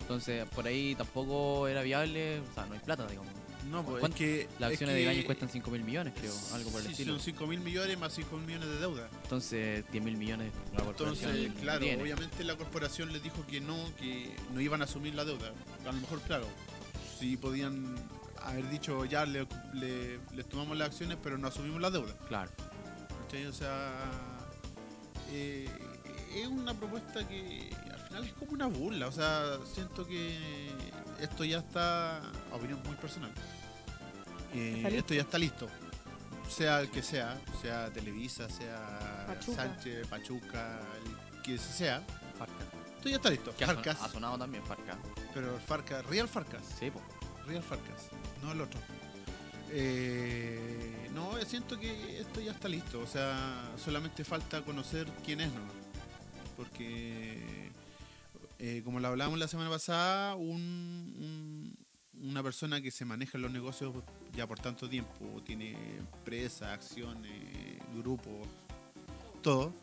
S2: Entonces, por ahí tampoco era viable. O sea, no hay plata, digamos.
S1: no, pues es
S2: ¿Cuánto?
S1: que.
S2: Las
S1: es
S2: acciones
S1: que-
S2: de Ibañez cuestan 5 mil millones, creo. Algo por el
S1: sí,
S2: estilo.
S1: Son 5 mil millones más 5 mil millones de deuda.
S2: Entonces, 10 mil millones la corporación.
S1: Entonces,
S2: no
S1: claro,
S2: tiene.
S1: obviamente la corporación les dijo que no, que no iban a asumir la deuda. A lo mejor, claro, sí podían haber dicho ya, le- le- les tomamos las acciones, pero no asumimos la deuda.
S2: Claro.
S1: ¿Cachai? O sea, eh, es una propuesta que al final es como una burla. O sea, siento que esto ya está, a opinión muy personal, eh,
S3: Está listo.
S1: esto ya está listo. Sea el que sea, sea Televisa, sea
S3: Pachuca.
S1: Sánchez, Pachuca, el que sea,
S2: Farca.
S1: esto ya está listo.
S2: Que ha son-
S1: Farcas,
S2: ha sonado también Farca.
S1: pero el Farcas, Real Farcas.
S2: Sí, po.
S1: Real Farcas, no el otro. Eh, no, siento que esto ya está listo. O sea, solamente falta conocer quién es, ¿no? Porque, eh, como lo hablábamos la semana pasada, un- un- una persona que se maneja en los negocios ya por tanto tiempo, tiene empresas, acciones, grupos, todo,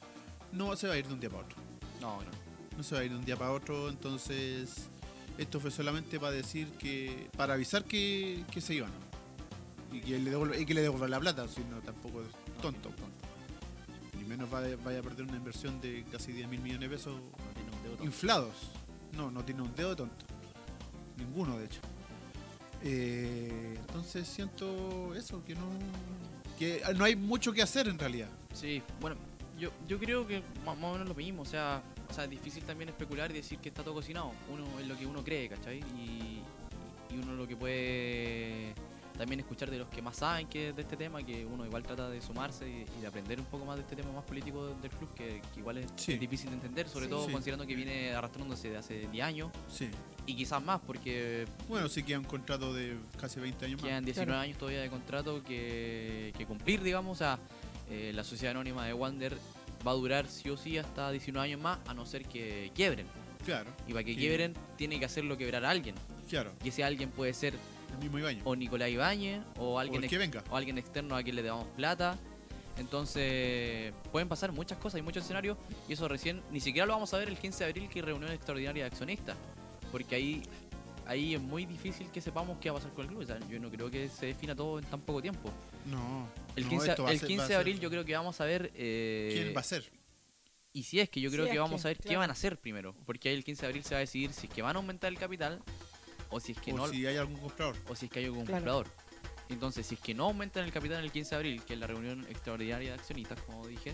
S1: no se va a ir de un día para otro
S2: No, no.
S1: no se va a ir de un día para otro, entonces esto fue solamente para decir que, para avisar que, que se iban y que le devuelva, y que le devuelva la plata, si no tampoco es tonto. Ni menos va- vaya a perder una inversión de casi 10 mil millones de pesos
S2: No tiene un dedo tonto.
S1: inflados. No, no tiene un dedo tonto. Ninguno, de hecho. Eh, entonces siento eso, que no, que no hay mucho que hacer en realidad.
S2: Sí, bueno, yo, yo creo que más, más o menos lo mismo. O sea, o sea, es difícil también especular y decir que está todo cocinado. Uno es lo que uno cree, ¿cachai? Y, y uno lo que puede también escuchar de los que más saben que de este tema, que uno igual trata de sumarse y, y de aprender un poco más de este tema más político del club, que, que igual es,
S1: Sí.
S2: es difícil de entender, sobre
S3: Sí.
S2: todo
S1: Sí.
S2: considerando que viene arrastrándose de hace 10 años
S1: Sí.
S2: y quizás más, porque
S1: Bueno, sí queda un contrato de casi 20 años más.
S2: quedan 19
S3: Claro.
S2: años todavía de contrato que, que cumplir, digamos. O sea, eh, la sociedad anónima de Wander va a durar sí o sí hasta 19 años más, a no ser que quiebren.
S1: Claro,
S2: Y para que
S1: Sí.
S2: quiebren, tiene que hacerlo quebrar a alguien.
S1: claro.
S2: Y ese alguien puede ser
S1: El mismo Ibañez.
S2: o Nicolás Ibáñez o
S1: O
S2: alguien
S1: el que venga.
S2: o alguien externo a quien le damos plata. Entonces, pueden pasar muchas cosas y muchos escenarios, y eso recién, ni siquiera lo vamos a ver el 15 de abril, que es reunión extraordinaria de accionistas, porque ahí, ahí es muy difícil que sepamos qué va a pasar con el club. O sea, yo no creo que se defina todo en tan poco tiempo.
S1: No.
S2: El
S1: no,
S2: 15,
S1: esto va a
S2: el
S1: ser-
S2: 15
S1: va a
S2: de
S1: ser-
S2: abril yo creo que vamos a ver... eh,
S1: ¿Quién va a ser?
S2: y si es que yo creo
S3: Sí,
S2: que
S3: es
S2: vamos
S3: que,
S2: a ver qué
S3: claro.
S2: van a hacer primero, porque ahí el 15 de abril se va a decidir si es que van a aumentar el capital o si es que
S1: o
S2: no
S1: si hay algún comprador.
S2: o si es que hay algún
S3: Claro.
S2: comprador. Entonces, si es que no aumentan el capital el 15 de abril, que es la reunión extraordinaria de accionistas, como dije,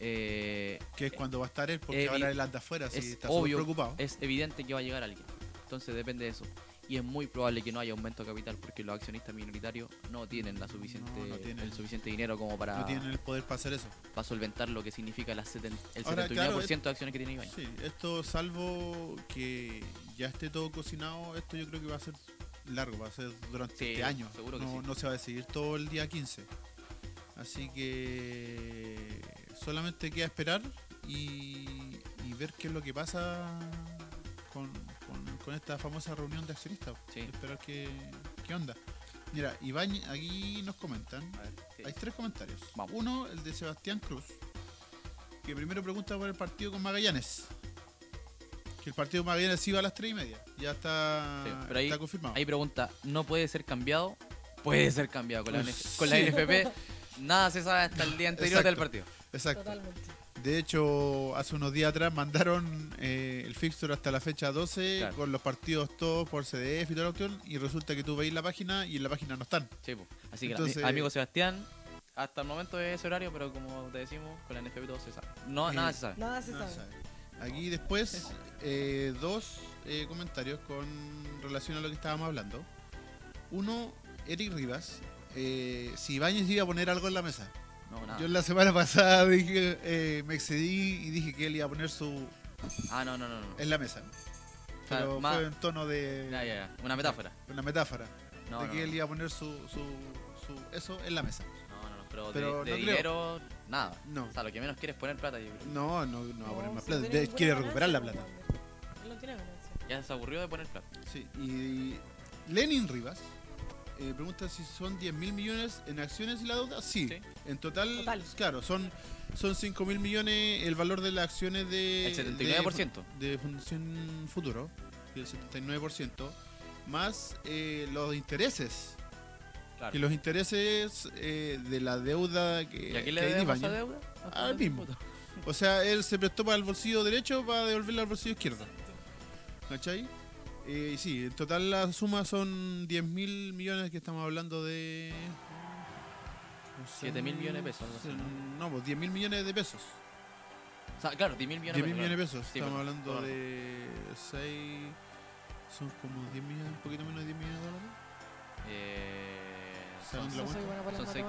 S2: eh,
S1: Que es cuando va a estar él, porque
S2: Evi-
S1: ahora él anda afuera, si
S2: Eh, es
S1: está súper
S2: obvio,
S1: preocupado.
S2: es evidente que va a llegar alguien. Entonces depende de eso. Y es muy probable que no haya aumento de capital porque los accionistas minoritarios no tienen, la suficiente,
S1: No, no tienen.
S2: el suficiente dinero como para,
S1: No tienen el poder para hacer eso.
S2: para solventar lo que significa la seten- el 79%
S1: Ahora, claro, es-
S2: de acciones que tiene Ibañez.
S1: Sí, esto salvo que ya esté todo cocinado, esto yo creo que va a ser largo, va a ser durante
S2: Sí,
S1: este año.
S2: seguro que
S1: no,
S2: sí.
S1: no se va a decidir todo el día 15. Así que solamente queda esperar y, y ver qué es lo que pasa con, con- con esta famosa reunión de accionistas.
S2: Sí.
S1: Esperar qué, qué onda. Mira, Iván, aquí nos comentan.
S2: A ver, sí.
S1: Hay tres comentarios.
S2: Vamos.
S1: Uno, el de Sebastián Cruz, que primero pregunta por el partido con Magallanes. Que el partido con Magallanes iba a las tres y media. Ya está,
S2: Sí, pero ahí-
S1: está confirmado.
S2: Ahí pregunta, ¿no puede ser cambiado? Puede ser cambiado con la,
S1: Uf,
S2: NF con la
S1: Pues sí.
S2: NFP. Nada se sabe hasta el día anterior del
S1: Exacto.
S2: partido.
S1: Exacto.
S3: Totalmente.
S1: De hecho, hace unos días atrás mandaron eh, el fixture hasta la fecha 12
S2: Claro.
S1: con los partidos todos por CDF y toda la cuestión. Y resulta que tú veis la página y en la página no están.
S2: Sí, po. Así que
S1: Entonces-
S2: ami- amigo Sebastián, hasta el momento es ese horario, pero como te decimos, con la NFP todo se sabe. No,
S1: Eh,
S2: nada se sabe.
S3: Nada se
S1: No
S3: sabe.
S1: sabe. Aquí
S2: <laughs>
S1: después, eh, dos eh, comentarios con relación a lo que estábamos hablando. Uno, Eric Rivas. eh, si Ibáñez iba a poner algo en la mesa.
S2: No, nada.
S1: Yo la semana <laughs> pasada dije, eh, me excedí y dije que él iba a poner su
S2: Ah, no, no, no. no.
S1: en la mesa.
S2: sea,
S1: Pero
S2: más-
S1: fue en tono de
S2: Ya, ya, ya. Una metáfora.
S1: una metáfora.
S2: No,
S1: de
S2: no,
S1: que él
S2: no.
S1: iba a poner su, su, su- eso en la mesa.
S2: No, no, no, Pero, de-
S1: Pero
S2: de,
S1: no creo.
S2: dinero, nada.
S1: No.
S2: O sea, lo que menos quieres es poner plata. yo creo.
S1: No, no, no va a poner
S3: No,
S1: más
S3: si
S1: plata.
S3: no tiene
S1: Él quiere
S3: ninguna
S1: recuperar la
S3: ganancia,
S1: plata.
S3: pues, Él no tiene ganancia.
S2: Ya se aburrió de poner plata.
S1: Sí, y Lenin Rivas eh, pregunta si son 10 mil millones en acciones y la deuda. Sí,
S2: Sí.
S1: en total,
S3: Total.
S1: claro, son, son 5 mil millones el valor de las acciones de.
S2: El 79%.
S1: De, de Fundación Futuro, el 79%, más eh, los intereses.
S2: Claro.
S1: Y los intereses eh, de la deuda que.
S2: ¿Y a quién le
S1: que Ah, hay de
S2: debemos esa
S1: Ibañez.
S2: deuda?
S1: Al mismo. O sea, él se prestó para el bolsillo derecho para devolverle al bolsillo izquierdo. ¿Cachai? Eh, y sí, en total la suma son 10 mil millones que estamos hablando de... no sé,
S2: 7 mil millones de pesos, algo así,
S1: No, pues 10 mil millones de pesos.
S2: O sea, claro, 10 mil millones
S1: 10 mil millones de pesos.
S2: Sí, pues,
S1: estamos
S2: perdón,
S1: hablando
S2: perdón.
S1: de 6... Son como 10 millones, un poquito menos de 10 millones de dólares.
S2: Eh,
S1: Son
S2: son
S1: la
S3: No soy
S1: buena.
S3: buena para
S2: son
S3: las
S2: cerca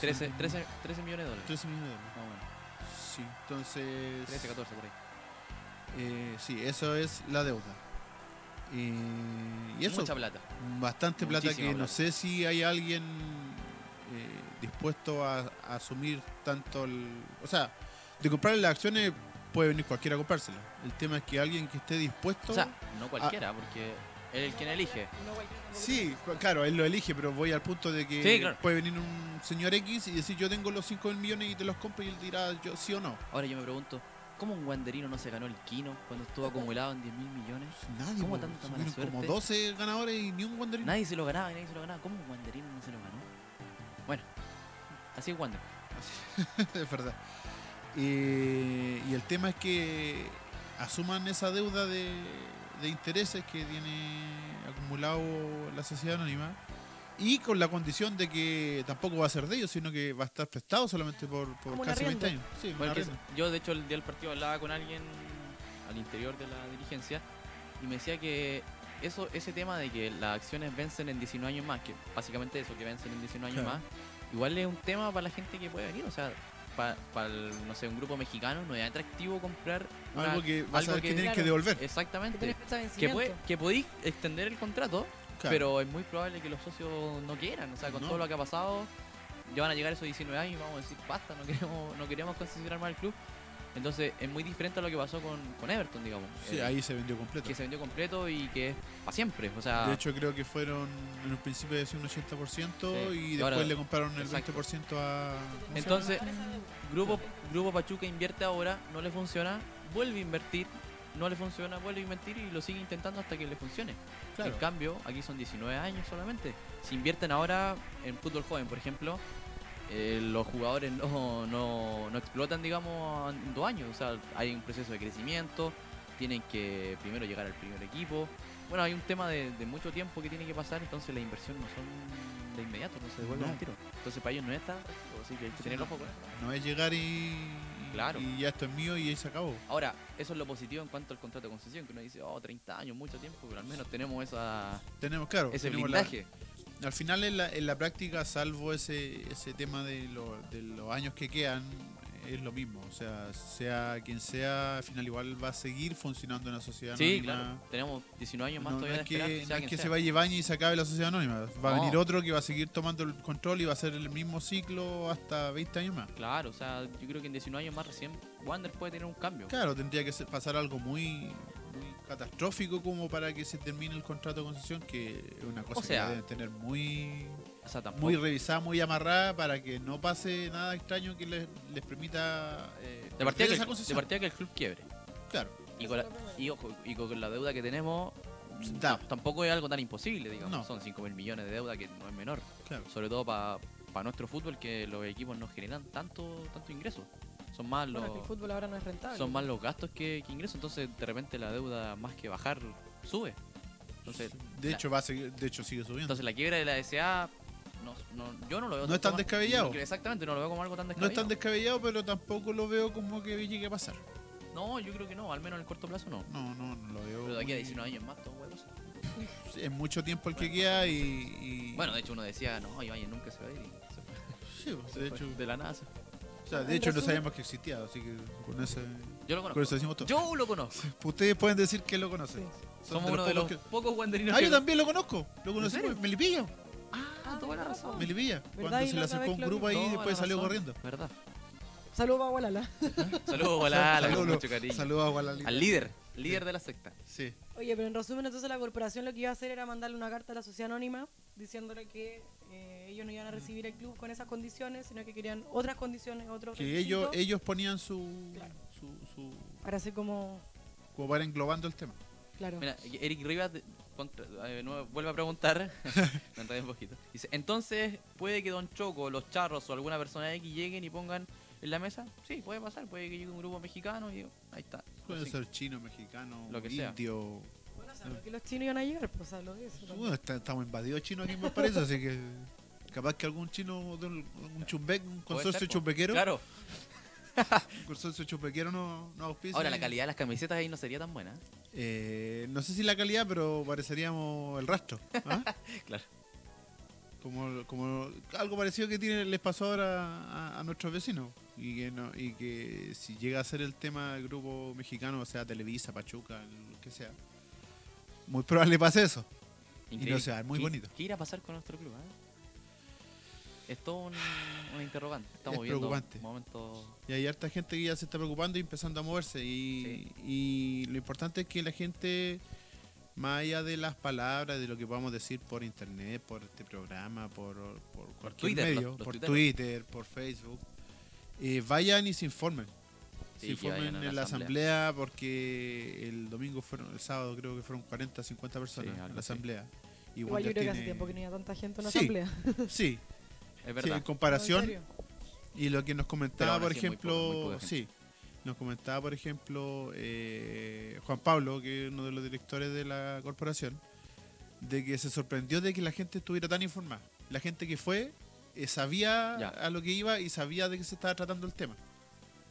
S2: de 13, 13, 13 millones de dólares.
S1: 13 millones de dólares.
S2: Más o menos.
S1: Sí, entonces...
S2: 13, 14 por ahí.
S1: eh, sí, eso es la deuda. Eh, y eso...
S2: Mucha plata.
S1: bastante plata
S2: Muchísima
S1: que no
S2: plata.
S1: sé si hay alguien eh, dispuesto a, a asumir tanto el, o sea de comprar las acciones puede venir cualquiera a comprárselas el tema es que alguien que esté dispuesto
S2: O sea, ah, no cualquiera, porque él es el quien elige.
S3: No, cualquiera.
S1: sí cu- claro él lo elige pero voy al punto de que
S2: Sí, claro.
S1: puede venir un señor X y decir yo tengo los 5 mil millones y te los compro y él dirá yo sí o no
S2: Ahora yo me pregunto, ¿cómo un guanderino no se ganó el Kino cuando estuvo acumulado en 10 mil millones?
S1: nadie
S2: ¿Cómo
S1: po,
S2: tanta
S1: se
S2: mala
S1: hubieron como
S2: suerte?
S1: 12 ganadores y ni un Wanderino
S2: Nadie se lo ganaba, nadie se lo ganaba. ¿Cómo un guanderino no se lo ganó? Bueno, así es Wander.
S1: <laughs> es verdad. Eh, y el tema es que asuman esa deuda de, de intereses que tiene acumulado la sociedad anónima y con la condición de que tampoco va a ser de ellos, sino que va a estar prestado solamente por, por
S3: Como un
S1: casi 20 años.
S3: arriendo.
S1: Sí, un
S2: Bueno, que
S1: arriendo.
S2: yo de hecho el día del partido hablaba con alguien al interior de la dirigencia y me decía que eso, ese tema de que las acciones vencen en 19 años más, que básicamente eso, que vencen en 19 años
S5: Claro.
S2: más, igual es un tema para la gente que puede venir, o sea, para, no sé, un grupo mexicano no es atractivo comprar una-
S1: Algo que vas
S2: algo
S1: a ver que,
S2: que- Eh,
S1: tienes que
S3: Claro.
S1: devolver.
S3: Que tenés
S2: Exactamente.
S3: fecha de
S2: Que,
S3: vencimiento.
S2: puede, que podéis extender el contrato,
S1: Claro.
S2: pero es muy probable que los socios no quieran, o sea, con
S1: No.
S2: todo lo que ha pasado, ya van a llegar esos 19 años y vamos a decir, basta, no <laughs> queremos, no queremos concesionar más el club. Entonces es muy diferente a lo que pasó con, con Everton, digamos.
S1: Sí,
S2: Eh,
S1: ahí se vendió completo.
S2: que se vendió completo y que es para siempre. O sea,
S1: De hecho, creo que fueron en un principio de un 80%
S2: Sí.
S1: y
S2: Y
S1: después
S2: ahora-
S1: le compraron el
S2: Exacto.
S1: 20% a.
S2: Entonces-
S3: Pagar esa deuda.
S2: grupo, grupo Pachuca invierte ahora, no le funciona, vuelve a invertir, no le funciona, vuelve a invertir y lo sigue intentando hasta que le funcione.
S1: Claro.
S2: En cambio, aquí son 19 años solamente. Si invierten ahora en fútbol joven, por ejemplo, eh, los jugadores no, no, no explotan, digamos, en dos años. O sea, hay un proceso de crecimiento, tienen que primero llegar al primer equipo. Bueno, hay un tema de, de mucho tiempo que tiene que pasar, entonces las inversiones no son de inmediato, no se devuelven
S1: No.
S2: al tiro. Entonces para ellos no es tan atractivo, así que hay que tener ojo con eso.
S1: No es llegar y.
S2: Claro.
S1: Y ya esto es mío y ahí se acabó.
S2: Ahora, eso es lo positivo en cuanto al contrato de concesión, que uno dice, oh, 30 años, mucho tiempo, pero al menos tenemos esa,
S1: Tenemos, claro.
S2: ese
S1: tenemos la-
S2: blindaje.
S1: al final, en la, en la práctica, salvo ese, ese tema de, lo- de los años que quedan, es lo mismo. O sea, sea quien sea, al final igual va a seguir funcionando una sociedad
S2: Sí,
S1: anónima.
S2: claro. Tenemos 19 años más
S1: No, no
S2: todavía
S1: es
S2: de esperar
S1: que,
S2: que
S1: no
S2: sea
S1: es
S2: quien
S1: que se
S2: sea.
S1: vaya Ibañez y se acabe la sociedad anónima. Va a
S2: No.
S1: venir otro que va a seguir tomando el control y va a hacer el mismo ciclo hasta 20 años más.
S2: Claro, o sea, yo creo que en 19 años más recién Wander puede tener un cambio.
S1: Claro, tendría que ser- pasar algo muy, muy catastrófico como para que se termine el contrato de concesión, que es una cosa
S2: sea,
S1: que deben tener muy,
S2: O sea, tampoco.
S1: muy revisada, muy amarrada para que no pase nada extraño que les, les permita eh,
S2: de, partida
S1: perder
S2: que
S1: esa
S2: el, de
S1: concesión.
S2: partida que el club quiebre.
S1: Claro,
S2: Y
S3: Esa
S2: con, la,
S3: es la primera.
S2: y ojo, y con la deuda que tenemos,
S1: Da.
S2: tam- tampoco es algo tan imposible, digamos.
S1: No.
S2: Son 5 mil millones de deuda que no es menor.
S1: claro.
S2: Sobre todo para nuestro fútbol, que los equipos no generan tanto, tanto ingreso. Son más los,
S3: Bueno, es que el fútbol ahora no es rentable.
S2: son más los gastos que, que ingresos. Entonces, de repente, la deuda, más que bajar, sube. Entonces,
S1: De
S2: la-
S1: hecho, va a seguir, de hecho sigue subiendo.
S2: Entonces la quiebra de la SA, no, no- yo no lo veo
S1: No es tan
S2: como-
S1: descabellado.
S2: Exactamente, no lo veo como algo tan
S1: no es tan
S2: descabellado.
S1: descabellado, pero tampoco lo veo como que llegue a pasar.
S2: No, yo creo que no, al menos en el corto plazo no.
S1: No, no, no lo veo.
S2: Pero de aquí a
S1: muy-
S2: 19 años más, todo huevos.
S1: es mucho tiempo el que queda y, y-
S2: Bueno, de hecho uno decía, no, Ibañez nunca se va a ir. y se fue,
S1: sí, pues,
S2: se
S1: de
S2: fue,
S1: hecho,
S2: de la nada se fue.
S1: o sea, de
S3: En
S1: hecho no
S3: resumen-
S1: sabíamos que existía, así que con, ese,
S2: Yo lo
S1: con eso
S2: conozco.
S1: decimos todo.
S2: Yo lo conozco.
S1: Ustedes pueden decir que lo conocen.
S3: Sí.
S1: Son
S2: Somos uno de los
S1: pocos
S2: pocos
S1: que-
S2: guanderinos.
S1: Ah,
S2: que-
S1: yo también lo conozco. Lo conocí
S2: serio?
S1: en Melipilla.
S2: Ah, toda la razón.
S1: Melipilla. Cuando
S3: Y
S1: se
S3: la
S1: le
S3: otra
S1: acercó
S3: vez
S1: un
S3: lo
S1: grupo
S3: vi.
S1: ahí y
S2: Toda la
S1: después salió
S2: razón,
S1: corriendo.
S2: Verdad.
S3: Saludos para Gualala.
S2: Saludos, Gualala, con
S1: <laughs> Saludos.
S2: Ah, mucho cariño.
S1: Saludos a Gualalita.
S2: Al líder, líder de la secta.
S1: Sí.
S3: Oye, pero en resumen, entonces la corporación lo que iba a hacer era mandarle una carta a la sociedad anónima diciéndole que eh, ellos no iban a recibir el club con esas condiciones, sino que querían otras condiciones, otros
S1: Que ellos,
S3: requisitos.
S1: ellos ponían su,
S3: Claro.
S1: su, su.
S3: Ahora sí como...
S1: como para englobando el tema.
S3: Claro.
S2: Mira, Eric Rivas de- contra- eh, no- vuelve
S1: <laughs>
S2: a preguntar. Me enredé un poquito. Dice, entonces, ¿puede que Don Choco, los charros o alguna persona X lleguen y pongan en la mesa? Sí, puede pasar. Puede que llegue un grupo mexicano y ahí está.
S1: Pueden
S2: Así-
S1: ser chino, mexicano,
S2: Lo que sea.
S1: indio.
S3: Bueno, o sea, lo que los chinos iban a llegar, pues hablo de eso. también.
S1: Bueno, está- estamos invadidos chinos aquí en Valparaíso, así que capaz que algún chino, de un un chumbec, un
S2: puede
S1: consorcio
S2: ser, po.
S1: chumbequero,
S2: Claro.
S1: un consorcio chumbequero no, no auspicia.
S2: Ahora, la calidad de las camisetas ahí no sería tan buena. ¿eh?
S1: Eh, no sé si la calidad, pero pareceríamos el rastro. ¿ah?
S2: Claro.
S1: Como, como algo parecido que tiene, les pasó ahora a, a nuestros vecinos. Y que, no, y que si llega a ser el tema del grupo mexicano, o sea, Televisa, Pachuca, lo que sea, muy probable pase eso.
S2: Increíble.
S1: no se va, es muy
S2: ¿Qué-
S1: bonito.
S2: ¿Qué irá a pasar con nuestro club? eh? Es todo un, una interrogante. Estamos
S1: Es
S2: viendo
S1: preocupante.
S2: un momento...
S1: Y hay harta gente que ya se está preocupando y empezando a moverse. Y, y lo importante es que la gente, más allá de las palabras, de lo que podamos decir por internet, por este programa, por, por cualquier
S2: Twitter,
S1: medio,
S2: los- los
S1: por
S2: tuiteros.
S1: Twitter, por Facebook, eh, vayan y se informen.
S2: Sí,
S1: se
S2: que
S1: informen
S2: vayan a
S1: en
S2: la
S1: la
S2: asamblea.
S1: asamblea. porque el domingo fueron, el sábado creo que fueron 40, 50 personas
S2: Sí, algo
S1: en la
S2: así.
S1: asamblea. Y
S3: Igual yo
S1: Wander
S3: creo que hace
S1: tiene-
S3: tiempo que no iba tanta gente a una
S1: Sí,
S3: asamblea.
S1: Sí,
S2: Es
S1: sí,
S2: verdad.
S1: en comparación,
S3: No, en serio.
S1: y lo que nos
S2: Pero
S1: comentaba,
S2: aún
S1: por
S2: así es muy
S1: ejemplo,
S2: poca- muy poca gente.
S1: sí, nos comentaba, por ejemplo, eh, Juan Pablo, que es uno de los directores de la corporación, de que se sorprendió de que la gente estuviera tan informada. La gente que fue eh, sabía
S2: Ya.
S1: a lo que iba y sabía de qué se estaba tratando el tema.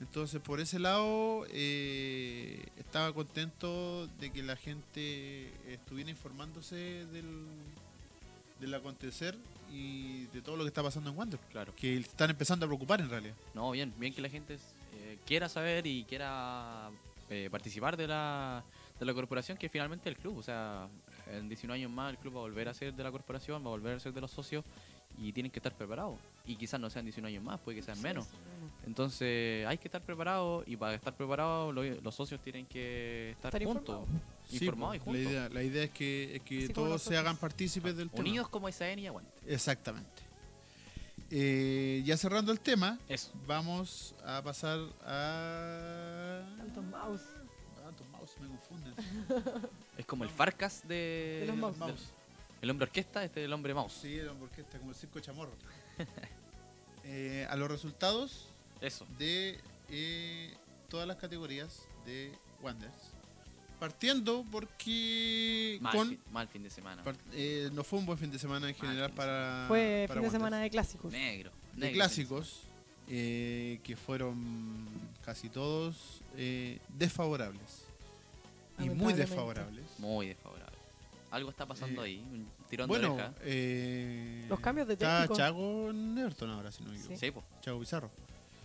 S1: Entonces, por ese lado, eh, estaba contento de que la gente estuviera informándose del, del acontecer y de todo lo que está pasando en Wander.
S2: Claro.
S1: Que están empezando a preocupar en realidad.
S2: No, bien, bien que la gente eh, quiera saber y quiera eh, participar de la, de la corporación, que finalmente el club, o sea, en 19 años más el club va a volver a ser de la corporación, va a volver a ser de los socios y tienen que estar preparados. Y quizás no sean 19 años más, puede que sean menos. Entonces hay que estar preparados y para estar preparados lo- los socios tienen que estar,
S3: Estar
S2: juntos,
S1: Sí,
S2: informados y
S1: pues, La
S2: juntos.
S1: idea, la idea es que, es que
S3: Así como
S1: todos se
S3: nosotros.
S1: hagan partícipes del tema.
S2: Unidos como SAN y aguante.
S1: Exactamente. Eh, ya cerrando el tema,
S2: Eso.
S1: vamos a pasar a.
S3: Tantos mouse.
S1: Ah, tus mouse me confunden.
S2: Es como el Farcas de,
S3: De los mouse.
S1: Mouse.
S2: El hombre orquesta, este es el hombre mouse.
S1: Sí, era porque está como el circo chamorro. <laughs> Eh, a los resultados
S2: Eso.
S1: de eh, todas las categorías de Wanderers. Partiendo porque
S2: Mal,
S1: con,
S2: fin, mal fin de semana.
S1: par- eh, no fue un buen fin de semana en
S2: Mal
S1: general
S2: fin de
S1: para.
S3: Fue
S1: para
S3: fin de
S1: Wanderers.
S3: semana de clásicos.
S2: Negro.
S1: Pues, de
S2: negro.
S1: clásicos eh, que fueron casi todos eh, desfavorables y muy
S3: Lamentablemente.
S1: desfavorables.
S2: Muy desfavorable. Algo está pasando
S1: Eh,
S2: ahí, un tirón de
S1: Bueno,
S2: oreja.
S1: eh,
S3: Los cambios de
S1: está
S3: técnico.
S1: Chago en Everton ahora, si no me equivoco.
S2: Sí, pues, po.
S1: Chago Pizarro.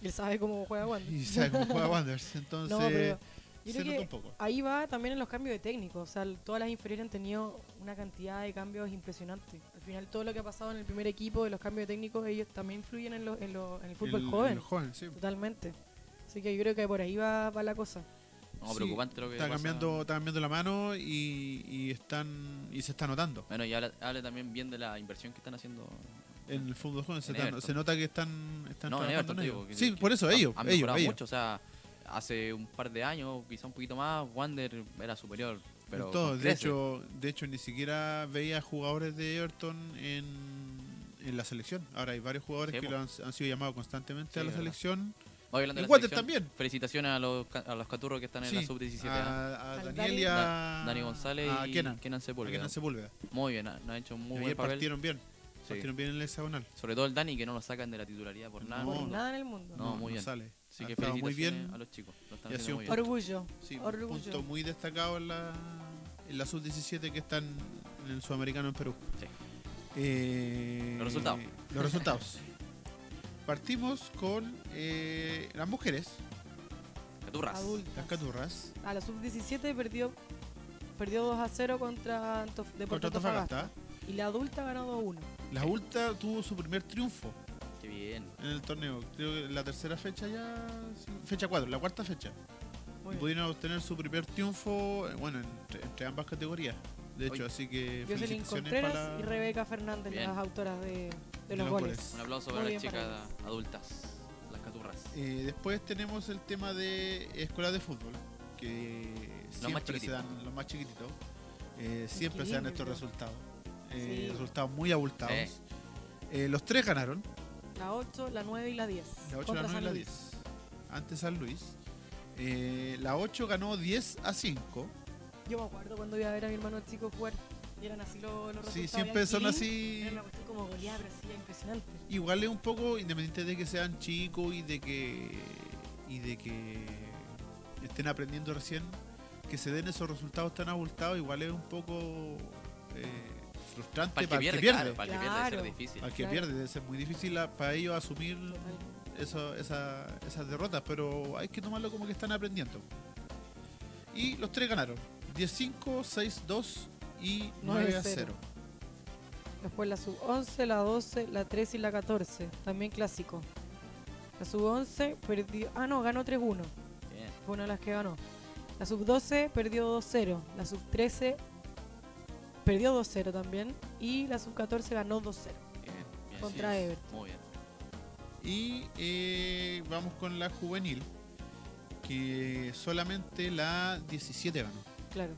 S3: Y él sabe cómo juega
S1: <laughs>
S3: Wander.
S1: Y sabe cómo juega Wanderers, entonces
S3: No, pero yo
S1: se
S3: creo
S1: nota
S3: que
S1: un poco.
S3: <laughs> ahí va también en los cambios de técnicos. O sea, l- todas las inferiores han tenido una cantidad de cambios impresionante. Al final, todo lo que ha pasado en el primer equipo de los cambios de técnicos, ellos también influyen en, lo- en lo- en el fútbol
S1: El-
S3: joven.
S1: el joven, sí.
S3: Totalmente. Así que yo creo que por ahí va, va la cosa.
S2: No,
S1: Sí,
S2: preocupante lo que
S1: Está
S2: pasa.
S1: cambiando, está cambiando la mano y, y están y se está notando.
S2: Bueno, y habla, habla también bien de la inversión que están haciendo.
S1: En el fútbol joven se,
S2: En
S1: está-
S2: Everton.
S1: se nota que están, están
S2: no, en
S1: trabajando
S2: Everton,
S1: en
S2: te
S1: ello.
S2: digo, que-
S1: Sí,
S2: que
S1: por eso
S2: han-
S1: ellos,
S2: Han
S1: ellos,
S2: mejorado
S1: ellos.
S2: mucho, o sea, hace un par de años, quizá un poquito más, Wander era superior. Pero
S1: En todo.
S2: con
S1: de
S2: creces.
S1: hecho, de hecho ni siquiera veía jugadores de Everton en, en la selección. Ahora hay varios jugadores
S2: Sí,
S1: que
S2: po.
S1: lo han, han sido llamados constantemente
S2: Sí,
S1: a la
S2: es verdad.
S1: selección.
S2: Va hablando de
S1: y
S2: la
S1: Wander
S2: selección.
S1: también.
S2: Felicitaciones a los, ca- a los caturros que están en la
S1: Sí,
S2: sub-17. ¿eh?
S1: a, a
S3: Al
S1: Daniel y
S3: Dani.
S1: a
S2: Da- Dani González
S1: a
S2: y
S1: Kenan, a
S2: Kenan Sepúlveda.
S1: Kenan Sepúlveda.
S2: Muy bien, han han hecho un muy
S1: Ayer
S2: buen papel.
S1: partieron bien,
S2: Sí.
S1: partieron bien en el hexagonal.
S2: Sobre todo el Dani, que no lo sacan de la titularidad por nada.
S1: Ah, No,
S3: por
S1: no.
S3: nada en el mundo.
S2: No, muy bien.
S1: sale.
S2: Así
S1: Ha
S2: que
S1: estado
S2: felicitaciones
S1: Ah, muy bien.
S2: a los chicos.
S1: Y ha
S2: Lo están haciendo
S1: sido
S2: muy
S1: un
S2: bien.
S3: Orgullo.
S1: Sí, un
S3: Orgullo.
S1: punto muy destacado en la, en la sub-17 que están en el sudamericano en Perú.
S2: Sí.
S1: Eh,
S2: Los resultados.
S1: Los resultados. Partimos con eh, las mujeres,
S2: Caturras.
S1: las
S3: Adultas.
S1: caturras,
S3: A la sub-17 perdió, perdió 2 a 0 contra Antof Deportes
S1: contra
S3: Antofagasta.
S1: Antofagasta.
S3: Y la adulta ganó 2 a 1.
S1: La Ulta tuvo su primer triunfo
S2: Qué bien.
S1: en el torneo. Creo que la tercera fecha ya. sí, Fecha 4, la cuarta fecha.
S3: Muy bien.
S1: Pudieron obtener su primer triunfo, eh, bueno, entre, entre ambas categorías. De hecho,
S2: Oye.
S1: así que
S3: Jocelyn
S1: Eh, felicitaciones
S3: Contreras
S1: para
S3: y Rebeca Fernández,
S2: Bien.
S3: las autoras de, de
S1: De
S3: los
S1: los
S3: goles.
S1: goles.
S2: Un aplauso
S3: Muy
S2: para las
S3: bien para
S2: chicas
S3: ellas.
S2: adultas, las caturras.
S1: Eh, después tenemos el tema de escuelas de fútbol, que
S2: más
S1: siempre se
S2: chiquititos.
S1: dan los más chiquititos. eh, siempre se dan estos
S3: lindo.
S1: resultados. eh,
S3: Sí.
S1: Resultados muy abultados. Eh, los tres ganaron,
S3: La 8, la 9 y la 10.
S1: la 8,
S3: Contra
S1: la 9 y
S3: San
S1: la
S3: Luis.
S1: 10. Antes San Luis. Eh, la 8 ganó 10 a 5.
S3: Yo me acuerdo cuando iba a ver a mi hermano chico jugar. Y eran así los, los
S1: Sí,
S3: resultados.
S1: siempre
S3: Eran
S1: son
S3: killing,
S1: así.
S3: Era una cuestión como goleada, pero así, impresionante.
S1: Igual es un poco, independiente de que sean chicos y de que y de que estén aprendiendo recién, que se den esos resultados tan abultados, igual es un poco eh, frustrante
S2: Para el que pierde, claro, para el que pierde debe ser
S3: Claro.
S2: difícil.
S1: Para el que
S3: Claro.
S1: pierde, debe ser muy difícil a- para ellos asumir eso- esa- esas derrotas, pero hay que tomarlo como que están aprendiendo. Y los tres ganaron, 10-5, 6-2 y 9-0.
S3: 9-0. Después la sub 11, la 12, la 13 y la 14. También clásico. La sub 11 perdió. Ah, no, ganó 3-1.
S2: Bien.
S3: Fue una de las que ganó. La sub 12 perdió 2-0. La sub 13 perdió 2-0 también. Y la sub 14 ganó 2-0.
S2: Bien, bien.
S3: Contra
S2: Sí, sí.
S3: Everton.
S2: Muy bien.
S1: Y eh, vamos con la juvenil, que solamente la 17 ganó.
S3: Claro.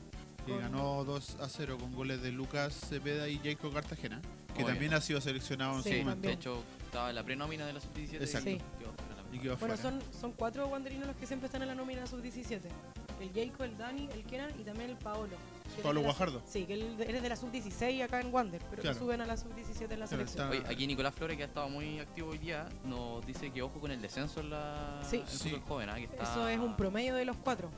S1: Que
S3: Con-
S1: ganó 2 a 0 con goles de Lucas Cepeda y Jacob Cartagena, que
S2: Muy
S1: también
S2: bien.
S1: ha sido seleccionado en
S3: Sí,
S1: su
S2: Sí,
S1: momento.
S2: de
S3: también.
S2: hecho, estaba en la prenómina de la sub-17. y
S1: Exacto.
S3: Sí.
S2: quedó fuera la-
S1: Y quedó
S3: Bueno,
S1: fuera.
S3: son, son cuatro wanderinos los que siempre están en la nómina sub-17. El Jaco, el Dani, el Kenan y también el Paolo. que
S1: Pablo
S3: eres de la sub-
S1: Guajardo.
S3: Sí, que él eres de la sub-16 acá en Wander, pero
S1: Claro.
S3: que suben a la sub-17 en la
S1: Claro,
S3: selección.
S1: está-
S2: Oye, aquí Nicolás Flores, que ha estado muy activo hoy día, nos dice que ojo con el descenso en la
S3: Sí.
S2: en
S1: Sí.
S2: fútbol joven. ah, que está-
S3: Eso es un promedio de los cuatro.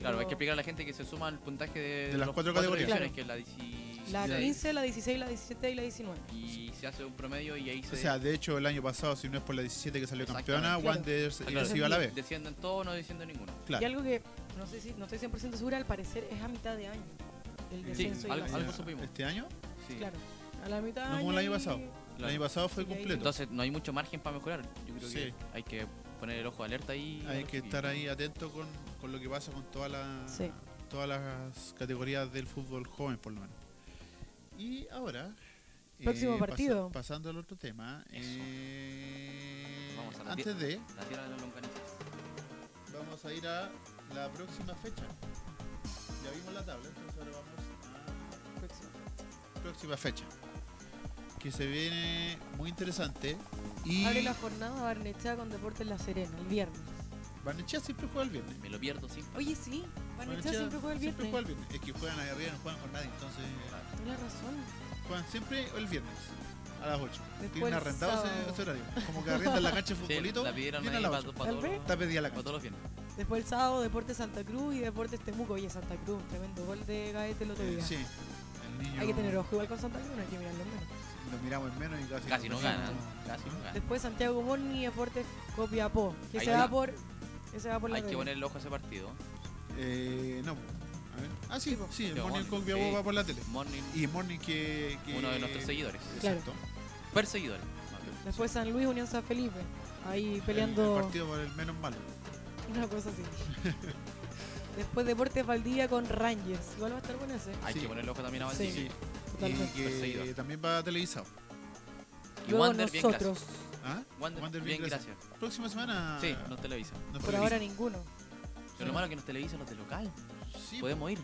S2: Claro, hay
S3: Pero
S2: que explicar a la gente que se suma al puntaje de,
S1: De las
S2: los
S1: cuatro categorías.
S2: divisiones,
S3: Claro.
S2: que es la
S3: La
S1: Ya.
S3: 15, la 16, la 17 y la 19.
S2: Y se hace un promedio y ahí se.
S1: O sea, de hecho, el año pasado, si no es por la 17 que salió campeona,
S3: Exactamente.
S1: Wanderers
S2: Ah, claro.
S1: recibe a la B.
S2: Descienden todos, no descienden ninguno.
S3: Y
S1: Claro.
S3: algo que no sé si no estoy 100% segura, al parecer es a mitad de año. El
S1: Eh,
S3: descenso y
S2: algo-
S3: la
S2: algo
S3: suba.
S2: supimos.
S1: ¿Este año?
S2: Sí.
S3: Claro. A la mitad
S1: No como el
S3: de
S1: año
S3: y-
S1: pasado. El
S2: Claro.
S1: año pasado fue
S3: Sí, ahí-
S1: completo.
S2: Entonces, no hay mucho margen para mejorar. Yo creo que
S1: Sí.
S2: hay que poner el ojo de alerta ahí.
S1: Hay que estar ahí atento con, con lo que pasa con todas las
S3: Sí.
S1: todas las categorías del fútbol joven, por lo menos. Y ahora. eh,
S3: Próximo
S1: pasa-
S3: partido.
S1: pasando al otro tema.
S2: Eso.
S1: eh,
S2: Vamos a la
S1: antes
S2: tie-
S1: de.
S2: La tierra de los longanizas.
S1: Vamos a ir a la próxima fecha. Ya vimos la tabla, entonces ahora vamos a próxima fecha. Que se viene muy interesante. Y
S3: Abre la jornada Barnechea con Deportes La Serena, el viernes.
S1: Barnechea siempre juega el viernes.
S2: Me lo pierdo, sí.
S3: Oye, sí, Barnechea siempre juega el
S1: siempre
S3: viernes.
S1: juega el viernes. Es que juegan ahí arriba, no juegan con nadie, entonces
S3: Tienes razón.
S1: juegan siempre el viernes a las 8.
S3: Después
S1: Tienen
S3: el
S1: arrendado ese,
S3: sábado.
S1: ese horario. Como que arrendan la cancha de
S2: <laughs> Sí,
S1: futbolito.
S2: la pidieron
S1: vienen
S2: ahí
S1: a
S2: para,
S1: las 8.
S2: para
S3: Tal vez.
S2: todos,
S1: Está pedida la
S2: para todos
S1: cancha.
S2: los bienes.
S3: Después el sábado, Deportes Santa Cruz y Deportes Temuco. Oye, Santa Cruz, un tremendo gol de Gaete el otro
S1: Eh,
S3: día.
S1: sí, el niño.
S3: Hay que tener ojo igual con Santa Cruz, no hay que mirarlo menos.
S2: Ah.
S1: Lo miramos en menos y casi,
S2: Casi no
S1: perdemos.
S2: ganan. Casi no ganan.
S3: Después Santiago Morni y Deportes Copiapó, que
S2: Ahí
S3: se
S2: va.
S3: va por que se va por la
S2: Hay que
S3: Rebe.
S2: poner el ojo a ese partido.
S1: Eh, no. A ver. Ah, sí, sí, el Morning
S2: Sí, Morning,
S1: con
S2: sí.
S1: va por la tele.
S2: Morning,
S1: Y Morning que. que-
S2: uno de nuestros seguidores.
S1: Exacto.
S2: Perseguidores. más bien.
S3: Después San Luis Unión San Felipe, ahí
S1: El,
S3: peleando
S1: el partido por el menos malo.
S3: <laughs> una cosa así. Después Deportes Valdivia con Rangers, igual va a estar bueno ese.
S2: Hay
S1: Sí.
S2: que poner el ojo también a
S3: Sí.
S2: Valdivia.
S1: Y
S3: Totalmente.
S1: que
S2: Perseguidor.
S1: también va televisado.
S2: Y
S3: Luego
S2: Wander, bien gracias.
S3: nosotros,
S1: ¿Ah?
S2: Wander, bien, gracias.
S1: Próxima semana.
S2: Sí, nos televisa.
S1: nos
S3: por
S1: televisa.
S3: ahora ninguno.
S2: Pero lo malo es que nos televisan los de local.
S1: Sí,
S2: Podemos ir.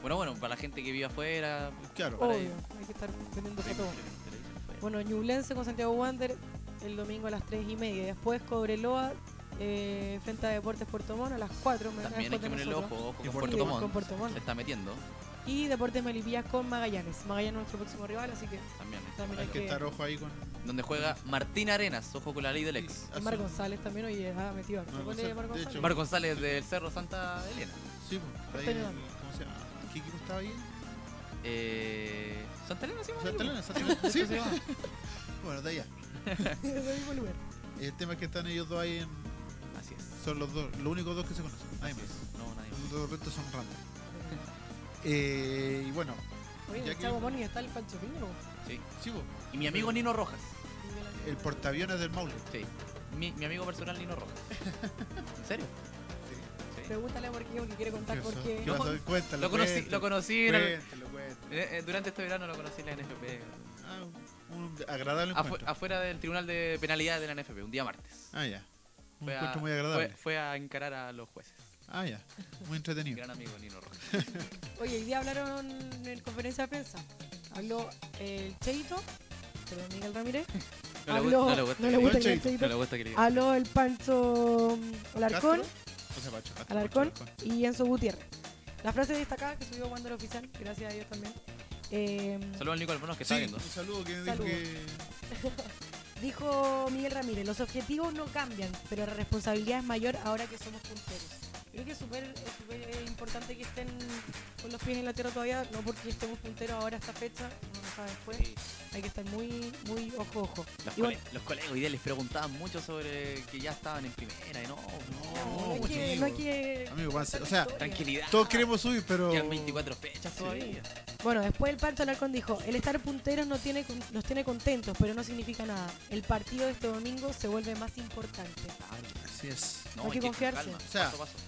S2: Bueno, bueno, para la gente que vive afuera.
S1: claro.
S2: Para
S3: Obvio, hay que estar teniendo
S2: hay
S3: todo.
S2: mucho que nos televisa afuera.
S3: Bueno, Ñublense con Santiago Wander el domingo a las 3 y media. Después Cobreloa eh, frente a Deportes Puerto Montt a las 4. me-
S2: También hay
S3: después
S2: que
S3: de
S2: poner el
S3: nosotros.
S2: ojo, ojo
S1: Y
S2: con
S1: Puerto
S2: Puerto
S3: Sí, con
S2: Montt.
S3: Puerto Montt.
S2: Se está metiendo
S3: Y Deportes Melipilla con Magallanes. Magallanes es nuestro próximo rival, así que
S2: también.
S3: También
S1: Hay
S3: hay
S1: que
S3: que-
S1: estar ojo ahí con.
S2: Donde juega Martín Arenas, ojo con la ley del ex.
S1: Sí,
S3: Omar
S1: así.
S3: González también hoy ha metido harto.
S1: Omar
S3: Gol de Omar
S1: González, de
S3: González.
S1: hecho.
S2: Mar González del Cerro Santa Elena.
S1: Sí, pues. Ahí,
S3: Está bien.
S1: el- ¿Cómo se llama? ¿Qué equipo estaba ahí?
S2: Eh, Santa Elena se llama.
S1: Santa
S2: el equipo?
S3: pues.
S1: Elena, Santa
S3: <laughs>
S1: Elena. Sí,
S2: Se llama.
S1: bueno, de allá.
S3: Del mismo lugar.
S1: El tema es que están ellos dos ahí en.
S2: Así es.
S1: Son los dos, los únicos dos que se conocen. Nadie
S2: Así
S1: más.
S2: es. No, nadie más.
S1: Los dos restos son random. Eh, y bueno,
S3: Oye,
S1: Ya
S3: el
S1: que-
S3: Chavo Moni está el Pancho Piñero.
S2: Sí.
S1: sí, po,
S2: Y mi amigo Nino Rojas.
S1: el portaaviones del Maule.
S2: Sí. Mi, mi amigo personal
S1: <laughs>
S2: Nino Rojas. ¿En serio? Sí.
S3: Pregúntale por qué, porque quiere contar por qué.
S1: Yo, cuéntalo,
S2: Lo conocí,
S1: cuéntalo,
S2: lo conocí en el-
S1: cuéntalo, cuéntalo.
S2: eh, eh, durante este verano lo conocí en la NFP.
S1: Ah, un agradable
S2: Afu-
S1: encuentro.
S2: afuera del Tribunal de Penalidades de la NFP, un día martes.
S1: Ah, ya. Un
S2: Fue a,
S1: encuentro muy agradable.
S2: fue- fue a encarar a los jueces.
S1: Ah, ya. Muy entretenido.
S2: Gran amigo Nino Rojas.
S3: Oye, hoy día hablaron en conferencia de prensa. Habló el Cheito, perdón, Miguel Ramírez.
S2: No le
S3: Habló-
S2: gusta- no le gusta que
S3: no le
S2: le-
S3: gusta que
S1: Cheito.
S3: el
S2: No
S3: Cheito.
S2: le gusta que le diga.
S3: Habló el Pancho mm, Alarcón.
S1: Castro. O sea, Pacho Castro,
S3: Alarcón
S1: Pacho Alarcón.
S3: y Enzo Gutiérrez. La frase destacada que subió Wander Oficial, gracias a Dios también, eh,
S2: Saludos al Nico Albornoz que está
S1: Sí,
S2: viendo.
S1: un saludo que dijo
S3: Saludo.
S1: que.
S3: dijo Miguel Ramírez, los objetivos no cambian, pero la responsabilidad es mayor ahora que somos punteros. Creo que es súper es súper eh, importante que estén con los pies en la tierra todavía, no porque estemos punteros ahora a esta fecha, no lo sabe después,
S2: Sí.
S3: hay que estar muy, muy ojo, ojo.
S2: Los,
S3: Y bueno,
S2: cole- los colegas hoy día les preguntaban mucho sobre que ya estaban en primera y no,
S1: No,
S3: no, hay que,
S1: amigo.
S3: no hay que-
S1: Amigo, va a ser- o
S3: contar la
S1: sea,
S3: historia.
S2: tranquilidad.
S1: Todos queremos subir, pero.
S2: Quedan 24 fechas
S1: Sí.
S2: todavía.
S3: Bueno, después el Pancho Alarcón dijo, el estar punteros no tiene, con- nos tiene contentos, pero no significa nada. El partido de este domingo se vuelve más importante.
S1: Así es.
S2: No,
S3: Hay que
S2: con
S3: confiarse.
S2: calma,
S1: O sea,
S2: paso a paso.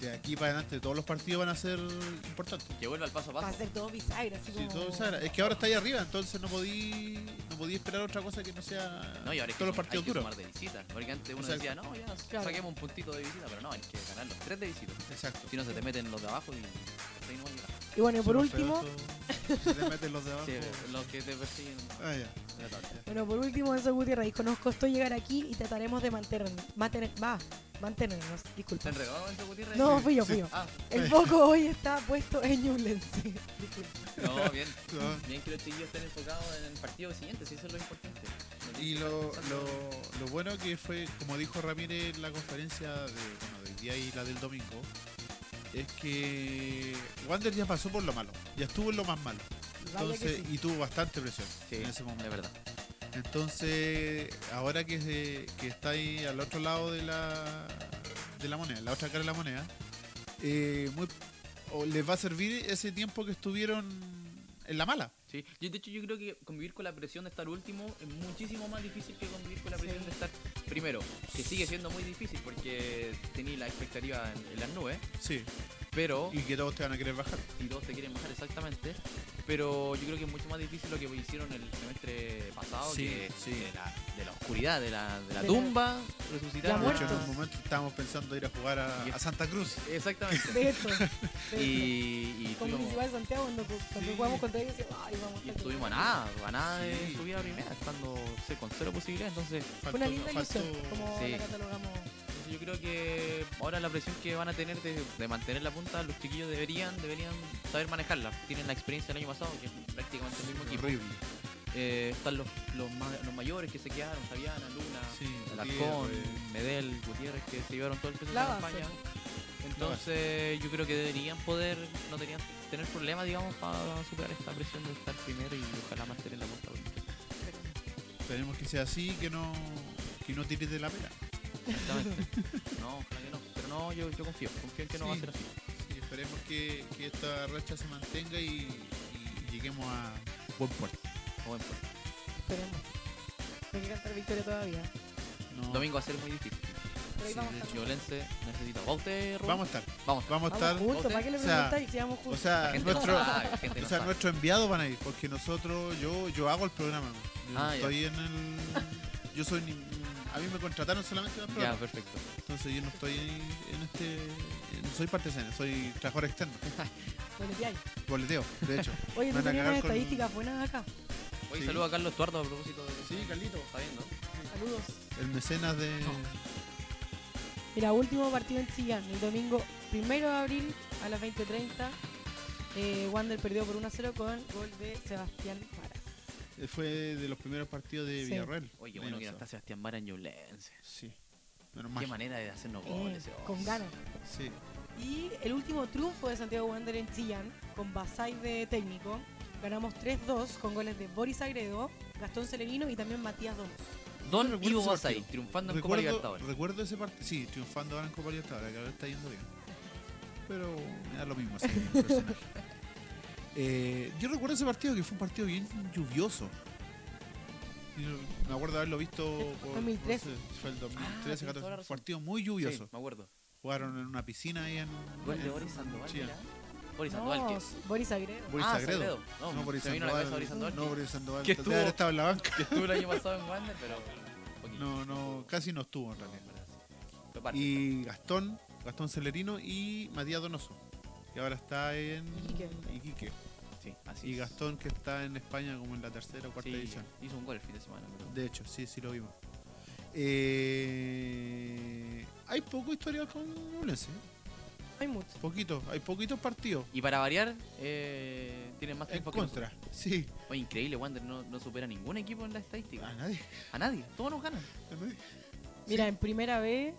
S1: De aquí para adelante, todos los partidos van a ser importantes.
S2: Que vuelva al paso a
S3: Va a
S2: paso.
S3: ser todo bisagra, así
S1: Sí,
S3: como...
S1: todo se agra- Es que ahora está ahí arriba, entonces no podí, no podí esperar otra cosa que no sea
S2: No, y ahora es que
S1: todos los
S2: sum- hay
S1: partidos
S2: que
S1: duros.
S2: sumar de visita. Porque antes uno
S1: Exacto.
S2: decía, no, ya
S3: Claro.
S2: saquemos un puntito de visita, pero no, hay que ganar los tres de visita.
S1: Exacto.
S2: Si no se te meten los de abajo y hasta ahí no va a llegar.
S3: Y bueno, y por
S1: Son
S3: último,
S1: feos estos- se te meten los de abajo.
S2: <laughs> Sí, pues, los que te persiguen.
S1: Ah, ya. Ya, ya.
S3: bueno, por último, Enzo Gutiérrez dijo, nos costó llegar aquí y trataremos de mantenernos. Mantener, va, mantenernos,
S2: ¿Te
S3: disculpa.
S2: enredó Enzo Gutiérrez?
S3: No, fui yo, fui yo.
S2: Ah,
S3: El foco hoy está puesto en Ñublense. Disculpa.
S2: no, bien.
S1: No.
S2: Bien que los chiquillos estén enfocados en el partido siguiente, si eso es lo importante. No
S1: Y
S2: tienen que
S1: lo,
S2: estar
S1: lo,
S2: pensando-
S1: lo bueno que fue, como dijo Ramírez en la conferencia de, bueno, del día y la del domingo, es que Wander ya pasó por lo malo, ya estuvo en lo más malo.
S3: Y Vaya que
S1: Entonces,
S3: sí.
S1: y tuvo bastante presión
S2: Sí,
S1: en ese
S2: de
S1: momento.
S2: verdad.
S1: Entonces, ahora que, se- que está ahí al otro lado de la, de la moneda, la otra cara de la moneda, eh, muy- o les va a servir ese tiempo que estuvieron en la mala.
S2: Sí. Yo, de hecho, yo creo que convivir con la presión de estar último es muchísimo más difícil que convivir con la presión
S3: Sí.
S2: de estar primero, que sigue siendo muy difícil porque tenéis la expectativa en, en las nubes,
S1: Sí,
S2: pero
S3: Oh.
S1: y que todos te van a querer bajar.
S2: y todos te quieren bajar exactamente. Pero yo creo que es mucho más difícil lo que hicieron el semestre pasado,
S1: Sí,
S2: que
S1: sí.
S2: De, la, de la oscuridad, de la, de la
S3: De la-
S2: tumba,
S3: La
S2: resucitar.
S1: De hecho, en
S3: muertos.
S1: un momento estábamos pensando ir a jugar a, a Santa Cruz.
S2: Exactamente.
S3: De hecho,
S2: y, y
S3: con
S2: estuvimos,
S3: Municipal de Santiago, cuando, cuando
S1: Sí.
S3: jugamos contra ellos, decíamos, ay, vamos
S2: y
S3: estar
S2: estuvimos a
S3: bien".
S2: nada, a nada de
S1: Sí.
S2: subida a primera, estando no sé, con cero posibilidades. Entonces,
S1: Faltó-
S3: Fue una linda
S1: faltó-
S3: ilusión, como
S2: Sí.
S3: la catalogamos.
S2: Entonces yo creo que ahora la presión que van a tener de, de mantener la punta, los chiquillos deberían, deberían saber manejarla. Tienen la experiencia del año pasado, que es prácticamente el mismo equipo.
S1: horrible.
S2: Eh, están los, los, ma- los mayores que se quedaron, Fabiana, Luna,
S1: Sí, eh,
S2: Alarcón,
S1: Gutiérrez.
S2: Medel, Gutiérrez, que se llevaron todo el peso de
S3: La
S2: la
S3: base.
S2: campaña. Entonces yo creo que deberían poder, no deberían tener problemas, digamos, para superar esta presión de estar primero y ojalá mantener la punta.
S1: Esperemos que sea así, que no, que no tires de la pera.
S2: Exactamente. no, ojalá que no. Pero no, yo, yo confío, confío en que no va a
S1: Sí.
S2: ser así.
S1: Y esperemos que, que esta racha se mantenga y, y lleguemos a buen puerto.
S2: A buen puerto.
S3: Esperemos. Hay que cantar victoria todavía.
S1: No-
S2: Domingo va a ser muy difícil.
S3: Pero ahí
S1: Sí,
S3: vamos
S1: de
S3: a estar.
S2: Violense necesita. ¿Va usted, Rubén?
S1: Vamos a estar,
S2: Vamos.
S1: vamos a estar.
S3: Vamos juntos, ¿para qué le
S1: O sea,
S3: preguntáis si vamos
S1: O
S3: juntos?
S2: La
S1: sea,
S2: gente
S1: nuestro,
S2: no sabe, la gente
S1: o
S2: no
S1: sea,
S2: sabe.
S1: nuestros enviados van a ir, porque nosotros, yo, yo hago el programa. ¿no? Yo no
S2: Ah, ya.
S1: estoy en el. Yo soy. ni- A mí me contrataron solamente para el
S2: Ya,
S1: programa.
S2: perfecto.
S1: Entonces yo no estoy en, en este. No soy partesana, soy trabajador externo.
S3: Boleteáis.
S1: Boleteo, de
S2: <laughs>
S1: hecho.
S3: Oye,
S1: Van
S3: tú
S1: a
S3: tenías
S1: cagar
S3: unas
S1: con-
S3: estadísticas buenas acá.
S2: Oye,
S1: Sí.
S2: saludo a Carlos Tuardo a propósito de...
S1: Sí, Carlito.
S2: Está bien, ¿no?
S3: Saludos.
S1: El mecenas de.
S3: Mira, último partido en Chillán, el domingo 1 de abril a las 20.30. Eh, Wander perdió por 1-0 con gol de Sebastián Paras.
S1: eh, Fue de los primeros partidos de
S3: Sí.
S1: Villarreal.
S2: Oye,
S1: el
S2: bueno,
S1: año
S2: que no está
S1: pasado.
S2: Sebastián Vara en Ñublense.
S1: Sí. Menos
S2: Qué
S1: mal.
S2: manera de hacernos
S3: Eh,
S2: goles. oh.
S3: con ganas.
S1: Sí.
S3: Y el último triunfo de Santiago Wander en Chillán, con Basay de técnico. Ganamos 3-2 con goles de Boris Agredo, Gastón Celerino y también Matías Domus.
S1: Yo
S2: Don
S1: recuerdo
S2: Ivo
S1: ese
S2: Basay,
S1: partido.
S2: triunfando en Copa
S1: Recuerdo,
S2: Libertadores.
S1: recuerdo ese partido. Sí, triunfando ahora en Copa Libertadores, que ahora está yendo bien. Pero me da lo mismo. ese personaje.
S2: <laughs>
S1: Eh, yo recuerdo ese partido que fue un partido bien lluvioso. Yo me acuerdo haberlo visto por
S3: 2013.
S1: no sé, fue el
S2: Ah,
S1: 2013,
S2: tienes toda la
S1: 14, un
S2: razón.
S1: partido muy
S2: Sí,
S1: lluvioso.
S2: me acuerdo.
S1: Jugaron en una piscina ahí en.
S2: Gol de
S1: en
S2: Boris Sandoval.
S1: Chile.
S2: mira. Boris Sandoval, ¿qué?
S3: Boris Agredo.
S1: Boris
S2: ah,
S1: Sagredo.
S2: Sagredo. No,
S1: No, Boris
S2: se me vino a la
S1: Sandoval.
S2: cabeza Boris Sandoval.
S1: No,
S2: que-
S1: Boris Sandoval.
S2: que
S1: Debe haber
S2: estuvo-
S1: estado en la banca.
S2: Que estuvo el año pasado en Wander, pero... poquito.
S1: No, no, casi no estuvo en
S2: No,
S1: realidad.
S2: pero así. Pero parte,
S1: y Gastón, Gastón Celerino y Matías Donoso, que ahora está en
S3: Iquique.
S1: Iquique.
S2: Sí, así
S1: Y
S2: es.
S1: Gastón que está en España como en la tercera o cuarta
S2: Sí,
S1: edición.
S2: hizo un gol el fin de semana. pero-
S1: De hecho, sí, sí lo vimos. Eh, hay poco historial con Ulense, ¿eh?
S3: Hay mucho.
S1: poquito, hay poquitos partidos.
S2: Y para variar, eh, tienen más
S1: En
S2: tiempo que nosotros.
S1: contra, sí,
S2: Oye, increíble, Wander no, no supera a ningún equipo en la
S1: a
S2: estadística.
S1: nadie,
S2: A nadie, todos nos ganan.
S1: a nadie.
S3: Mira, en primera B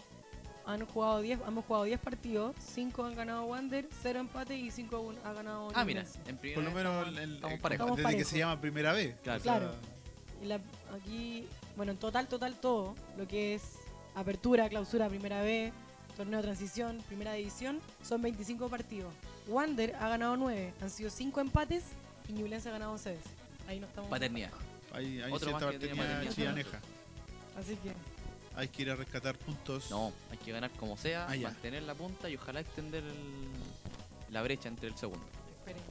S3: han jugado 10, hemos jugado 10 partidos, 5 han ganado Wander, 0 empate y 5 ha ganado
S2: Ah, mira,
S3: Ñublense.
S2: en primera
S1: Por lo
S2: vez
S1: menos el-
S2: estamos,
S1: el-
S2: estamos
S1: eh,
S2: parejos.
S3: Estamos
S1: desde que
S3: parejos.
S1: se llama primera vez.
S2: Claro.
S3: Claro. Y la- aquí, bueno, en total, total todo, lo que es apertura, clausura, primera B, torneo de transición, primera división, son 25 partidos. Wander ha ganado 9, han sido 5 empates y Ñublense ha ganado 6. Ahí no estamos.
S2: Paternidad.
S1: Hay, hay
S2: Otro
S1: cierta
S2: más que tiene
S1: paternidad
S2: paternidad.
S1: chillaneja.
S3: Así que,
S1: Hay que ir a rescatar puntos.
S2: No, hay que ganar como sea,
S1: Ah, ya.
S2: mantener la punta y ojalá extender el- la brecha entre el segundo.
S3: esperemos.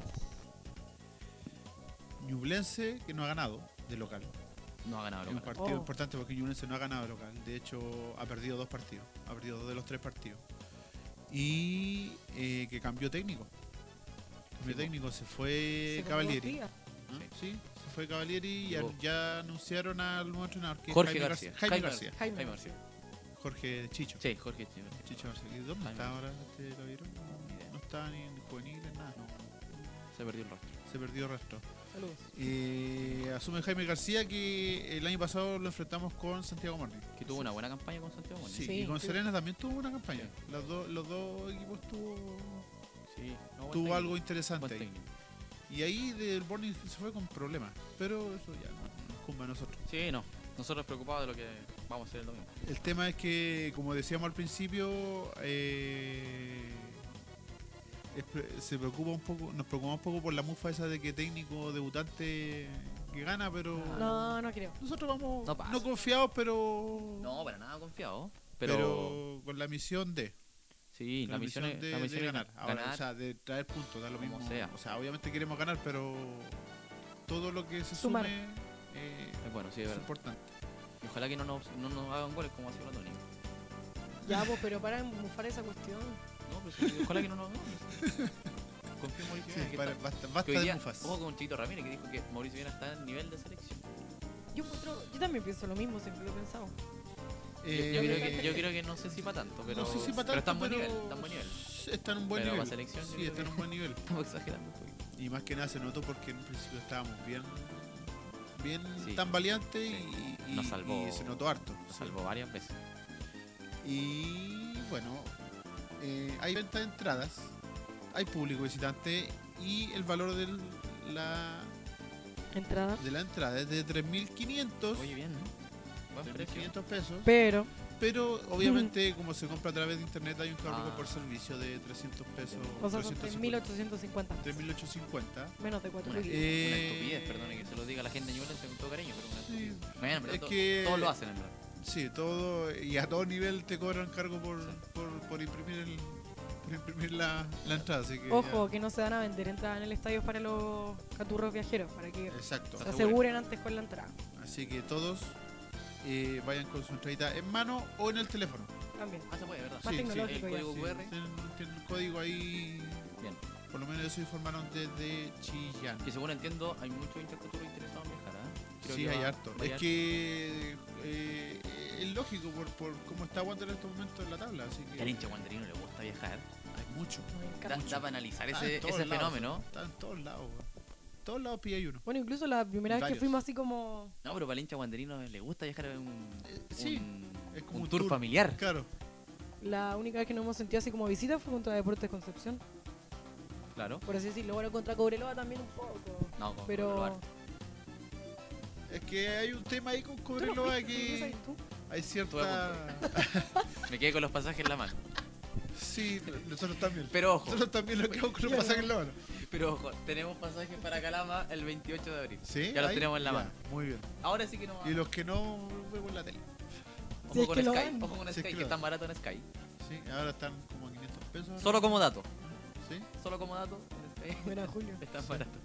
S1: Ñublense que no ha ganado de local.
S2: No ha ganado
S1: Es un
S2: local.
S1: partido
S3: Oh.
S1: importante porque Ñublense no ha ganado local. De hecho, ha perdido dos partidos. Ha perdido dos de los tres partidos. Y eh, que cambió técnico. Mi técnico se fue
S3: Se comió
S1: Cavalieri.
S3: dos días.
S1: ¿Ah? Sí, se fue Cavalieri y
S2: Llegó.
S1: an- ya anunciaron al nuevo entrenador que es
S2: Jorge
S1: Jaime
S2: García.
S1: Jaime García.
S3: Jaime
S2: Jaime
S3: García.
S2: García.
S1: Jorge Chicho.
S2: Sí, Jorge García.
S1: Chicho García. ¿Y ¿Dónde
S2: Jaime
S1: está ahora? ¿Este ¿Lo vieron? No,
S2: idea.
S1: no está ni en juveniles, nada.
S2: Se perdió el rostro.
S1: Se perdió el rastro.
S3: Saludos.
S1: Eh, asume Jaime García que el año pasado lo enfrentamos con Santiago Morning.
S2: Que tuvo una buena campaña con Santiago Morning.
S1: Sí,
S3: Sí,
S1: y con
S3: sí.
S1: Serena también tuvo una campaña. Las dos- los dos equipos tuvo,
S2: Sí, no, buen
S1: tuvo
S2: técnico,
S1: algo
S2: buen
S1: interesante. ahí.
S2: técnico.
S1: Y ahí del Morning se fue con problemas. Pero eso ya no nos cumbe a nosotros.
S2: Sí, no. Nosotros preocupados de lo que vamos a hacer el domingo.
S1: El tema es que, como decíamos al principio, eh, es pre- se preocupa un poco, nos preocupa un poco por la mufa esa de que técnico debutante que gana, pero
S3: No, no creo.
S1: nosotros vamos
S2: No
S1: no,
S2: pasa.
S1: confiados, pero,
S2: No, para nada confiado. Pero,
S1: pero con la misión de,
S2: sí,
S1: con
S2: la misión, es,
S1: de,
S2: la
S1: de
S2: misión es
S1: ganar, Ahora,
S2: ganar.
S1: o sea, de traer puntos, da lo
S2: como
S1: mismo.
S2: sea.
S1: O sea, obviamente queremos ganar, pero todo lo que se
S3: Sumar.
S1: sume eh,
S2: Es bueno, sí,
S1: es
S2: es verdad.
S1: importante.
S2: Y ojalá que no nos, no nos hagan goles como hacía la Tony.
S3: Ya, vos, pero para de mufar esa cuestión.
S2: No, pero sí, ojalá que no nos hagan goles.
S1: <laughs>
S2: Confío en Mauricio
S1: Sí,
S2: Viera. que
S1: para-
S2: está-
S1: basta basta
S2: que hoy
S1: de
S2: día-
S1: mufas.
S2: ojo con Chito Ramírez que dijo que Mauricio Viera está en nivel de selección.
S3: Yo, encuentro- yo también pienso lo mismo, siempre lo he pensado.
S2: Yo, yo
S1: Eh,
S2: creo que, yo creo que no sé si para tanto, pero,
S1: no sé si para
S2: pero está
S1: tanto,
S2: en buen
S1: pero
S2: nivel. Está en buen nivel.
S1: Está en un buen
S2: Pero
S1: nivel.
S2: para selección yo
S1: sí,
S2: creo
S1: está en
S2: que-
S1: un buen nivel.
S2: Estamos exagerando un poquito.
S1: Y más que nada se notó porque en un principio estábamos bien bien
S2: Sí.
S1: tan valiantes
S2: Sí.
S1: y, y-
S2: Nos salvó-
S1: y se notó harto.
S2: Lo
S1: Sí.
S2: salvó varias veces.
S1: Y bueno, eh, hay venta de entradas, hay público visitante y el valor del- la-
S3: Entrada.
S1: de la entrada es de 3.500
S2: Oye, bien, ¿no? Buen precio.
S1: 3.500 pesos.
S3: Pero,
S1: Pero obviamente como se compra a través de internet hay un cargo
S2: Ah.
S1: por servicio de 300 pesos.
S3: o sea, son
S1: 350.
S3: 3.850.
S1: 3.850.
S3: Menos de 4
S2: Una,
S3: kilos.
S1: Eh,
S2: una estupidez, perdone que se lo diga a la gente de Ñublense con todo cariño, pero una
S1: Sí,
S2: estupidez. Bueno, pero
S1: es
S2: to-
S1: que-
S2: todos lo hacen, en verdad.
S1: sí, todo y a todo nivel te cobran cargo por,
S2: Sí.
S1: por, por imprimir el, por imprimir la, la entrada, así que
S3: Ojo,
S1: ya.
S3: que no se van a vender entradas en el estadio para los caturros viajeros, para que
S1: exacto.
S3: se aseguren antes con la entrada.
S1: Así que todos eh, vayan con su entradita en mano o en el teléfono.
S3: También.
S2: Ah, se puede, ¿verdad?
S3: Más
S1: Sí, sí,
S3: tecnológico
S2: el
S3: ya.
S2: código-
S1: Sí,
S2: QR.
S1: tienen, tienen el código ahí.
S2: Bien.
S1: Por lo menos eso informaron desde Chillán.
S2: Que según entiendo, hay muchos interculturales interesados en viajar, ¿ah? Creo
S1: Sí,
S2: que
S1: hay
S2: va-
S1: harto.
S2: va
S1: Es
S2: a llegar-
S1: que eh, es lógico por, por cómo está Wander en estos momentos en la tabla, así
S2: que
S1: que
S2: al hincha guanderino le gusta viajar.
S1: hay mucho.
S3: Me
S2: Da,
S3: encanta.
S1: Mucho.
S2: da para analizar
S1: Está
S2: ese,
S1: en todos
S2: ese
S1: lados,
S2: fenómeno.
S1: Está en todos lados, weón. En todos lados pilla hay uno.
S3: Bueno, incluso la primera vez que
S1: Varios.
S3: fuimos así como...
S2: No, pero para el hincha guanderino le gusta viajar en un,
S1: Eh, sí,
S2: un,
S1: es como
S2: un
S1: un
S2: tour
S1: tour.
S2: familiar.
S1: Claro.
S3: La única vez que nos hemos sentido así como visita fue contra Deportes Concepción.
S2: Claro.
S3: Por así decirlo, bueno, contra Cobreloa también un poco.
S2: No, con- con lo
S3: Pero...
S2: harto.
S1: Es que hay un tema ahí con
S3: ¿Tú no
S1: Cobreloa
S3: fuiste? ¿Tú
S1: que
S3: sabes tú?
S1: hay
S2: Estuve
S1: cierta...
S2: a me quedé con los pasajes en la mano.
S1: <laughs> sí, nosotros también. <laughs>
S2: Pero ojo,
S1: Nosotros también lo que con los pasajes en la mano.
S2: pero ojo, tenemos pasajes para Calama el 28 de abril.
S1: Sí,
S2: Ya los
S1: ahí,
S2: tenemos en la
S1: ya,
S2: mano.
S1: Muy bien.
S2: Ahora sí que no va.
S1: Y los que no, vemos en la tele.
S3: Si
S2: Ojo
S3: es
S2: con
S3: que lo
S2: Sky,
S3: dan.
S2: ojo con
S1: Si es
S2: Sky,
S1: que lo
S2: que
S1: dan.
S2: están barato en Sky.
S1: Sí, ahora están como 500 pesos.
S2: Solo como dato,
S1: Sí,
S2: solo como dato, en Sky <laughs>
S3: Bueno, Julio.
S2: están barato.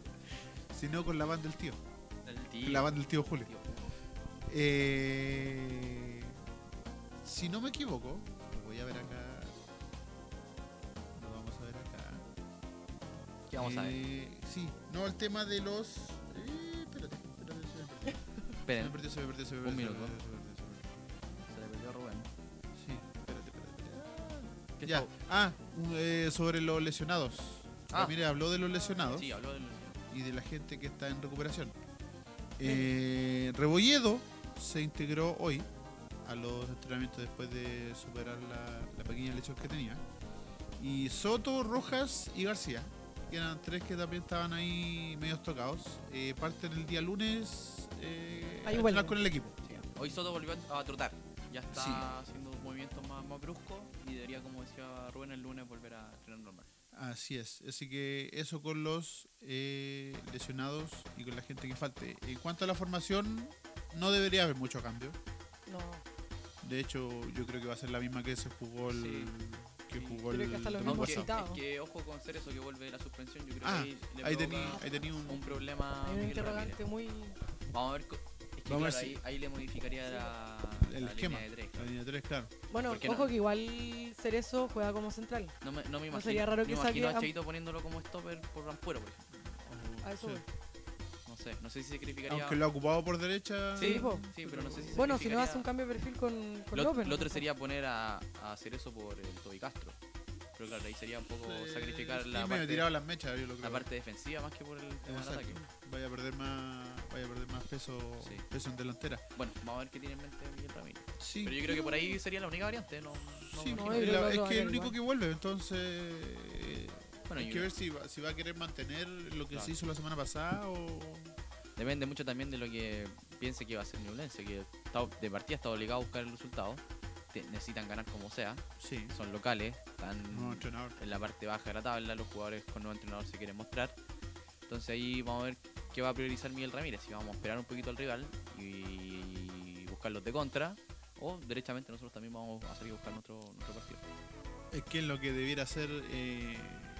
S1: si no con la banda del tío.
S2: El
S1: Con
S2: tío,
S1: La banda del tío Julio.
S2: tío.
S1: Eh, si no me equivoco, lo voy a ver acá. Lo vamos a ver acá.
S2: ¿Qué vamos a ver?
S1: Eh, Sí, no, el tema de los. eh, espérate, espérate, se me perdió. Se me
S2: Esperen,
S1: perdió, se me perdió, se me perdió.
S2: Un
S1: se me
S2: minuto.
S1: perdió, se me perdió, se me perdió.
S2: se le perdió a Rubén.
S1: Sí, espérate, espérate.
S2: ¿Qué
S1: Ya,
S2: está-
S1: ah, un- eh, sobre los lesionados.
S2: Ah.
S1: Mire, habló de los lesionados
S2: Sí, habló del...
S1: y de la gente que está en recuperación. Eh, Rebolledo se integró hoy a los entrenamientos después de superar la, la pequeña lesión que tenía. Y Soto, Rojas y García, que eran tres que también estaban ahí medios tocados, eh, parten el día lunes eh, a
S3: Ahí
S1: entrenar
S3: vuelven.
S1: con el equipo.
S2: Hoy Soto volvió a a trotar. Ya está
S1: Sí.
S2: haciendo movimientos más, más bruscos y debería, como decía Rubén, el lunes volver a entrenar normal.
S1: Así es, así que eso con los eh, lesionados y con la gente que falte. En cuanto a la formación, no debería haber mucho cambio.
S3: No,
S2: Ah,
S1: De hecho, yo creo que va a ser la misma que se jugó el.
S2: Sí.
S1: Que
S2: Sí.
S1: jugó
S3: Creo
S1: el.
S3: que hasta lo
S1: el
S3: mismo
S1: año
S2: Aunque-
S1: pasado.
S3: cita-
S2: es que ojo con ser eso que vuelve de la suspensión, yo creo
S1: Ah,
S2: que ahí le
S1: Ahí
S2: provoca
S1: tenía ahí tení
S2: un
S1: un.
S2: problema. a
S3: hay un
S2: Miguel Ramírez.
S3: interrogante muy...
S2: Vamos a ver. co- Es Sí,
S1: Vamos a ver
S2: claro,
S1: si-
S2: ahí, ahí le modificaría la,
S1: El
S2: la
S1: esquema.
S2: línea de tres.
S1: La línea 3, claro.
S3: Bueno,
S2: ¿Por qué no?
S3: ojo que igual Cerezo juega como central.
S2: No me, no me imagino.
S3: sería raro
S2: me
S3: que
S2: imagino
S3: saque
S2: a
S3: a-
S2: Cheito poniéndolo como stopper por Rampuero, por ejemplo.
S1: O-
S3: A eso
S1: sí.
S3: voy.
S2: No sé, no sé si sacrificaría.
S1: Aunque lo ha ocupado por derecha. eh,
S2: Sí,
S3: Sí, po.
S2: sí, pero no sé si
S3: Bueno, si no
S2: sacrificaría-
S3: hace un cambio de perfil con, con
S2: Lo,
S3: López.
S2: lo
S3: ¿no?
S2: otro sería poner a, a hacer eso por el Toby Castro. Pero claro, ahí sería un poco
S1: eh,
S2: sacrificar
S1: sí,
S2: la
S1: medio tirado
S2: parte,
S1: las mechas, yo lo creo.
S2: la parte defensiva más que por el tema del
S1: Exacto.
S2: ataque.
S1: Vaya a perder más, vaya a perder más peso,
S2: Sí.
S1: peso en delantera.
S2: Bueno, vamos a ver qué tiene en mente Miguel Ramírez.
S1: Sí.
S2: Pero yo creo que por ahí sería la única variante, ¿no? no
S1: Sí, pues,
S2: me
S3: no,
S2: imagino.
S1: es,
S3: yo
S1: la- es
S3: creo que va a
S1: que el
S3: quedar
S1: único
S3: igual.
S1: que vuelve, entonces eh,
S2: Bueno,
S1: hay
S2: yo-
S1: que ver si va, si va a querer mantener lo que
S2: Claro.
S1: se hizo la semana pasada o
S2: Depende mucho también de lo que piense que va a ser Newlense, que está- de partida está obligado a buscar el resultado. Te- necesitan ganar como sea.
S1: sí,
S2: Son locales, están
S1: nuevo entrenador.
S2: en la parte baja de la tabla, los jugadores con nuevo entrenador se quieren mostrar. Entonces ahí vamos a ver qué va a priorizar Miguel Ramírez, si vamos a esperar un poquito al rival y buscarlos de contra, o derechamente nosotros también vamos a salir a buscar nuestro, nuestro partido.
S1: Es que es lo que debiera hacer eh,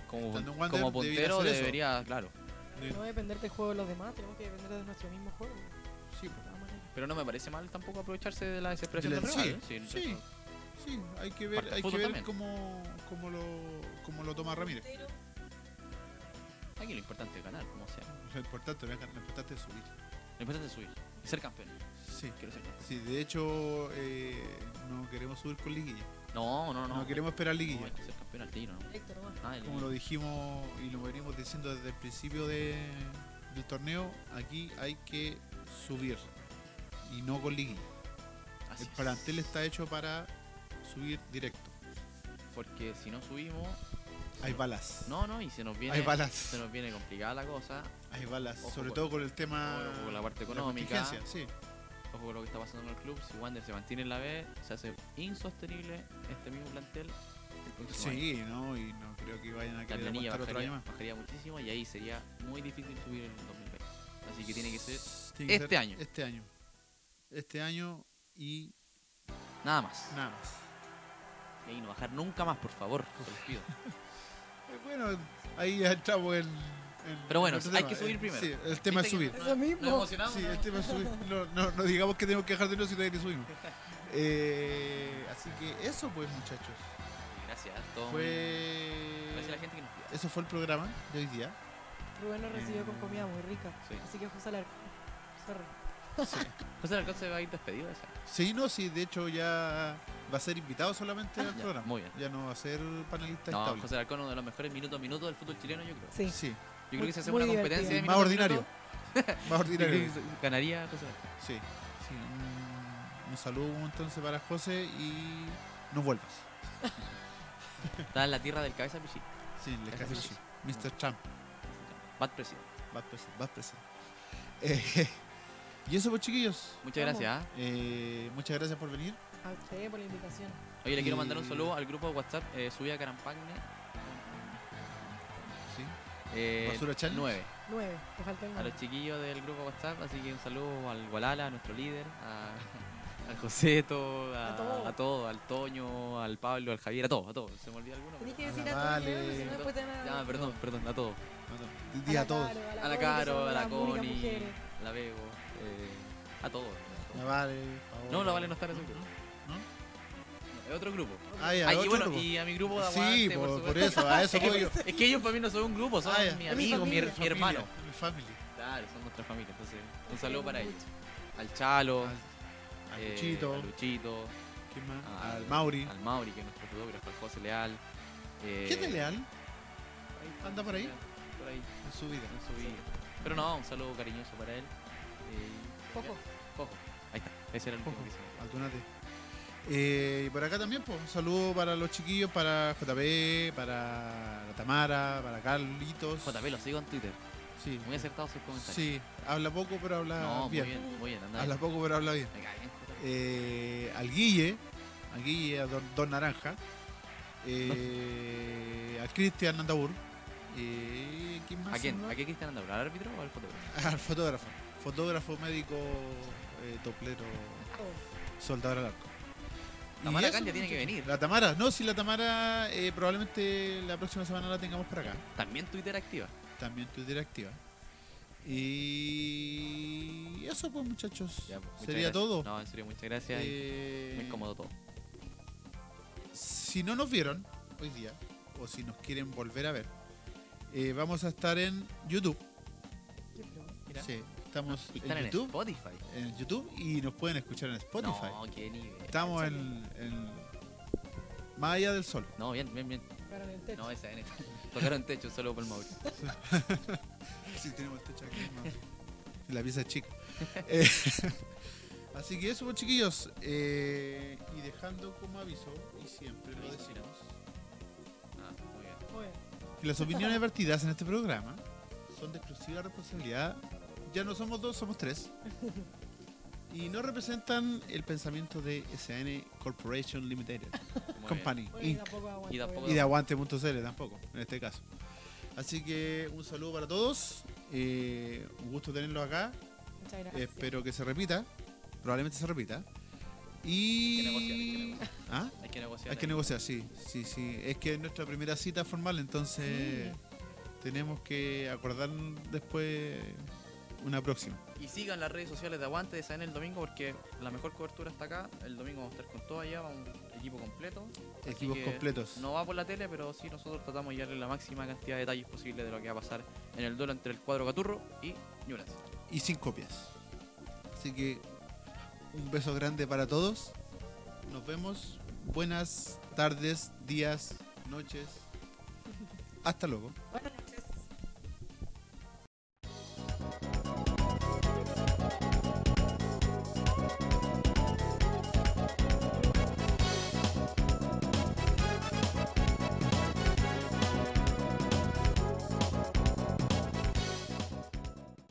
S2: Como,
S1: estando en
S2: como
S1: Wander, debiera
S2: puntero
S1: hacer eso.
S2: debería, claro.
S1: De-
S3: No depender del juego de los demás, tenemos que depender de nuestro mismo juego. de
S1: sí, po.
S3: todas maneras.
S2: Pero no me parece mal tampoco aprovecharse de la desesperación
S1: De
S2: del
S1: la-
S2: rival.
S1: sí,
S2: ¿eh?
S1: sí.
S2: eso-
S1: sí, hay que ver,
S2: Parte
S1: hay que
S2: fútbol
S1: ver
S2: también.
S1: cómo, cómo lo cómo lo toma Ramírez.
S2: Aquí lo importante es ganar, como sea.
S1: Lo importante, no es ganar, lo importante es subir.
S2: Lo importante es subir, ser campeón.
S1: Sí.
S2: Quiero ser campeón.
S1: Sí, de hecho eh, no queremos subir con liguilla.
S2: No, no, no.
S1: No, queremos esperar
S2: no,
S1: liguilla.
S2: hay que ser campeón al tiro, ¿no?
S3: Héctor, nomás.
S2: Ah, el-
S1: Como lo dijimos y lo venimos diciendo desde el principio de- del torneo, aquí hay que subir y no con liguilla.
S2: así
S1: El
S2: es.
S1: plantel está hecho para subir directo.
S2: Porque si no subimos,
S1: Hay balas.
S2: No, no, y se nos viene,
S1: Hay balas.
S2: se nos viene complicada la cosa.
S1: Hay balas,
S2: Ojo
S1: sobre
S2: con-
S1: todo con el tema
S2: ojo con la
S1: de
S2: parte económica.
S1: contingencia, sí.
S2: Ojo con lo que está pasando en el club. Si Wander se mantiene en la B, se hace insostenible este mismo plantel. el próximo año.
S1: Sí, no, y no creo que vayan a
S2: la
S1: querer
S2: planilla
S1: aguantar otro año
S2: bajaría,
S1: más.
S2: bajaría muchísimo y ahí sería muy difícil subir en el 2020. Así que tiene que ser
S1: Tiene que
S2: este
S1: ser
S2: año.
S1: Este año. Este año y
S2: nada más.
S1: nada más.
S2: Y ahí no bajar nunca más, por favor. Se los pido.
S1: Eh, Bueno, ahí ya entramos en. en-
S2: Pero bueno,
S1: en otro
S2: hay
S1: tema.
S2: que subir
S1: Eh,
S2: primero. Este
S1: Sí, el <laughs> tema es
S2: ¿Viste
S1: subir.
S2: que no-
S3: Eso
S2: no
S3: mismo.
S2: emocionamos,
S1: Sí,
S2: no?
S1: el tema es subir. No, no, no digamos que tenemos que dejar de no si nadie le subimos. Eh, así que eso pues muchachos.
S2: Gracias. Todo
S1: Fue.
S2: Gracias a la gente que nos cuida.
S1: Eso fue el programa de hoy día.
S3: Rubén nos recibió con comida muy rica.
S2: Sí.
S3: Así que José Alarcón. Sorry.
S2: José Alarcón se va a ir despedido de esa.
S1: Sí, no, sí, de hecho ya va a ser invitado solamente al
S2: Ah, Ya,
S1: programa.
S2: muy bien.
S1: Ya no va a ser panelista
S2: No,
S1: estable.
S2: José Alarcón uno de los mejores minutos a minuto del fútbol chileno, yo creo.
S3: Sí.
S1: Sí,
S2: Yo creo que si hacemos
S3: Muy
S2: una competencia
S3: divertido.
S2: de
S1: más
S2: minuto a minuto,
S1: ordinario. Más
S2: yo creo <laughs>
S1: ordinario.
S2: que ganaría José Alarcón.
S1: Sí, sí. Un, un saludo entonces para José y no vuelvas.
S2: Está en la tierra del cabeza pichí.
S1: Sí, le
S2: Eso
S1: casi
S2: sí.
S1: sí. Mr. Trump,
S2: Bad presidente.
S1: vas presente, vas presente. <laughs> Eh, y eso pues chiquillos.
S2: Muchas
S3: Vamos.
S2: gracias. ¿ah?
S1: Eh, muchas gracias por venir.
S3: A usted por la invitación.
S2: ¿ah? Oye, le quiero
S1: Y-
S2: mandar un saludo al grupo de WhatsApp eh, Subida Carampagne
S1: Sí.
S2: eh,
S1: Basura Challenge.
S2: 9.
S3: Nueve. Te faltó el
S2: A
S3: nombre.
S2: los chiquillos del grupo WhatsApp, así que un saludo al Gualala, a nuestro líder, a, <laughs> al Joseto, a,
S3: A todos.
S2: a todos, al Toño, al Pablo, al Javier, a todos, a todos. Se me olvida alguno.
S3: Tenés
S2: pero-
S3: que decir
S1: Ah,
S3: a todos,
S1: vale.
S3: ¿no? Porque si no después te van a...
S2: Ah, perdón, perdón, a todos.
S1: Bueno, Di a todos.
S3: Caro,
S2: A la
S3: Connie, que
S2: Caro,
S3: son
S2: a la
S3: las únicas
S2: Connie,
S3: mujeres.
S2: a la Bego, eh, a todos.
S1: La Vale, Paola.
S2: No, la Vale no está en ese grupo.
S1: ¿No?
S2: Es otro grupo.
S1: Ah, ya,
S2: Ah, y
S1: otro
S2: bueno,
S1: grupo.
S2: y a mi grupo de
S1: Sí,
S2: aguante,
S1: por, por
S2: supuesto.
S1: eso, a
S2: <laughs>
S1: eso voy yo.
S2: Es que ellos para mí no son un grupo, son
S1: Ah, ya.
S2: mi
S3: Es mi
S2: amigo, mi,
S3: familia.
S2: her- mi hermano.
S1: Mi familia.
S2: Claro, son nuestra familia, entonces un saludo
S3: queremos
S2: para
S3: mucho.
S2: ellos. Al Chalo,
S1: Al, al
S2: eh,
S1: Luchito,
S2: al, Luchito,
S1: ¿quién más?
S2: al-
S1: al Mauri.
S2: al Mauri, que es nuestro fotógrafo, al José Leal. eh,
S1: ¿Qué de leal ¿Anda por ahí?
S2: Por ahí,
S1: en su vida?
S2: en su vida. Pero no, un saludo cariñoso para él. Eh,
S3: Jojo.
S2: Jojo. Ahí está, ese era el último
S1: Jojo.
S2: que se me
S1: Al Donate. Eh, y por acá también, pues, un saludo para los chiquillos, para JP, para la Tamara, para Carlitos.
S2: JP, lo sigo en Twitter.
S1: Sí,
S2: Muy acertados sus comentarios.
S1: sí, habla poco pero habla
S2: no,
S1: Ah, bien.
S2: muy bien, muy bien, anda.
S1: Habla
S2: bien.
S1: poco pero habla bien.
S2: Me cae bien, JP.
S1: Eh, al Guille, al Guille, a Don, Don Naranja, eh, al Cristian Andabur. Eh, ¿Quién más?
S2: ¿A quién?
S1: ¿No?
S2: ¿A qué Cristian anda? ¿Al árbitro o al fotógrafo?
S1: Al fotógrafo. Fotógrafo, médico, eh, toplero,
S3: Oh,
S1: soldador al arco.
S2: Tamara
S1: Y eso,
S2: Candia tiene que
S1: muchachos.
S2: venir.
S1: La Tamara, no, si la Tamara eh, probablemente la próxima semana la tengamos para acá.
S2: También Twitter activa.
S1: También tu directiva. Y eso, eso, pues, muchachos.
S2: Ya, pues, muchas
S1: Sería
S2: gracias.
S1: todo.
S2: No, en serio, muchas gracias. y
S1: Eh,
S2: Muy cómodo todo.
S1: Si no nos vieron hoy día, o si nos quieren volver a ver, eh, vamos a estar en YouTube.
S2: Mira.
S1: Sí, estamos
S2: Y están
S1: en
S2: en,
S1: YouTube.
S2: Spotify.
S1: en YouTube y nos pueden escuchar en Spotify.
S2: No, qué nivel.
S1: Estamos en, en Más allá del sol.
S2: No, bien, bien, bien.
S3: Tocaron el techo.
S2: No, esa N. Tocaron techo, solo por Mauri.
S1: Sí, tenemos techo aquí, ¿no? La pieza es chica. Eh, <laughs> así que eso, pues, chiquillos. Eh, y dejando como aviso, y siempre lo decimos,
S2: Ah, muy bien.
S3: Bueno,
S1: que las opiniones vertidas en este programa son de exclusiva responsabilidad. Ya no somos dos, somos tres. Y no representan el pensamiento de SN Corporation Limited
S2: muy
S1: Company
S3: bueno, y
S1: Inc.
S3: tampoco aguanto,
S2: Y tampoco-
S1: y
S3: bueno.
S1: de aguante.cl tampoco, en este caso. Así que un saludo para todos. eh, un gusto tenerlos acá.
S3: Muchas gracias.
S1: Espero que se repita. Probablemente se repita.
S2: Bien. Hay que
S1: Y.
S2: negociar,
S1: ¿Ah?
S2: hay que negociar.
S1: Hay que
S2: ahí.
S1: negociar, sí, sí, sí. Es que es nuestra primera cita formal, entonces
S2: Mm.
S1: tenemos que acordar después una próxima.
S2: Y sigan las redes sociales de Aguante de SN el domingo porque la mejor cobertura está acá. El domingo vamos a estar con todo allá, vamos equipo completo. Así
S1: Equipos
S2: que
S1: completos.
S2: No va por la tele, pero sí nosotros tratamos de darle la máxima cantidad de detalles posible de lo que va a pasar en el duelo entre el cuadro Caturro y Newlands.
S1: Y sin copias. Así que un beso grande para todos. Nos vemos. Buenas tardes, días, noches. Hasta luego.
S3: Buenas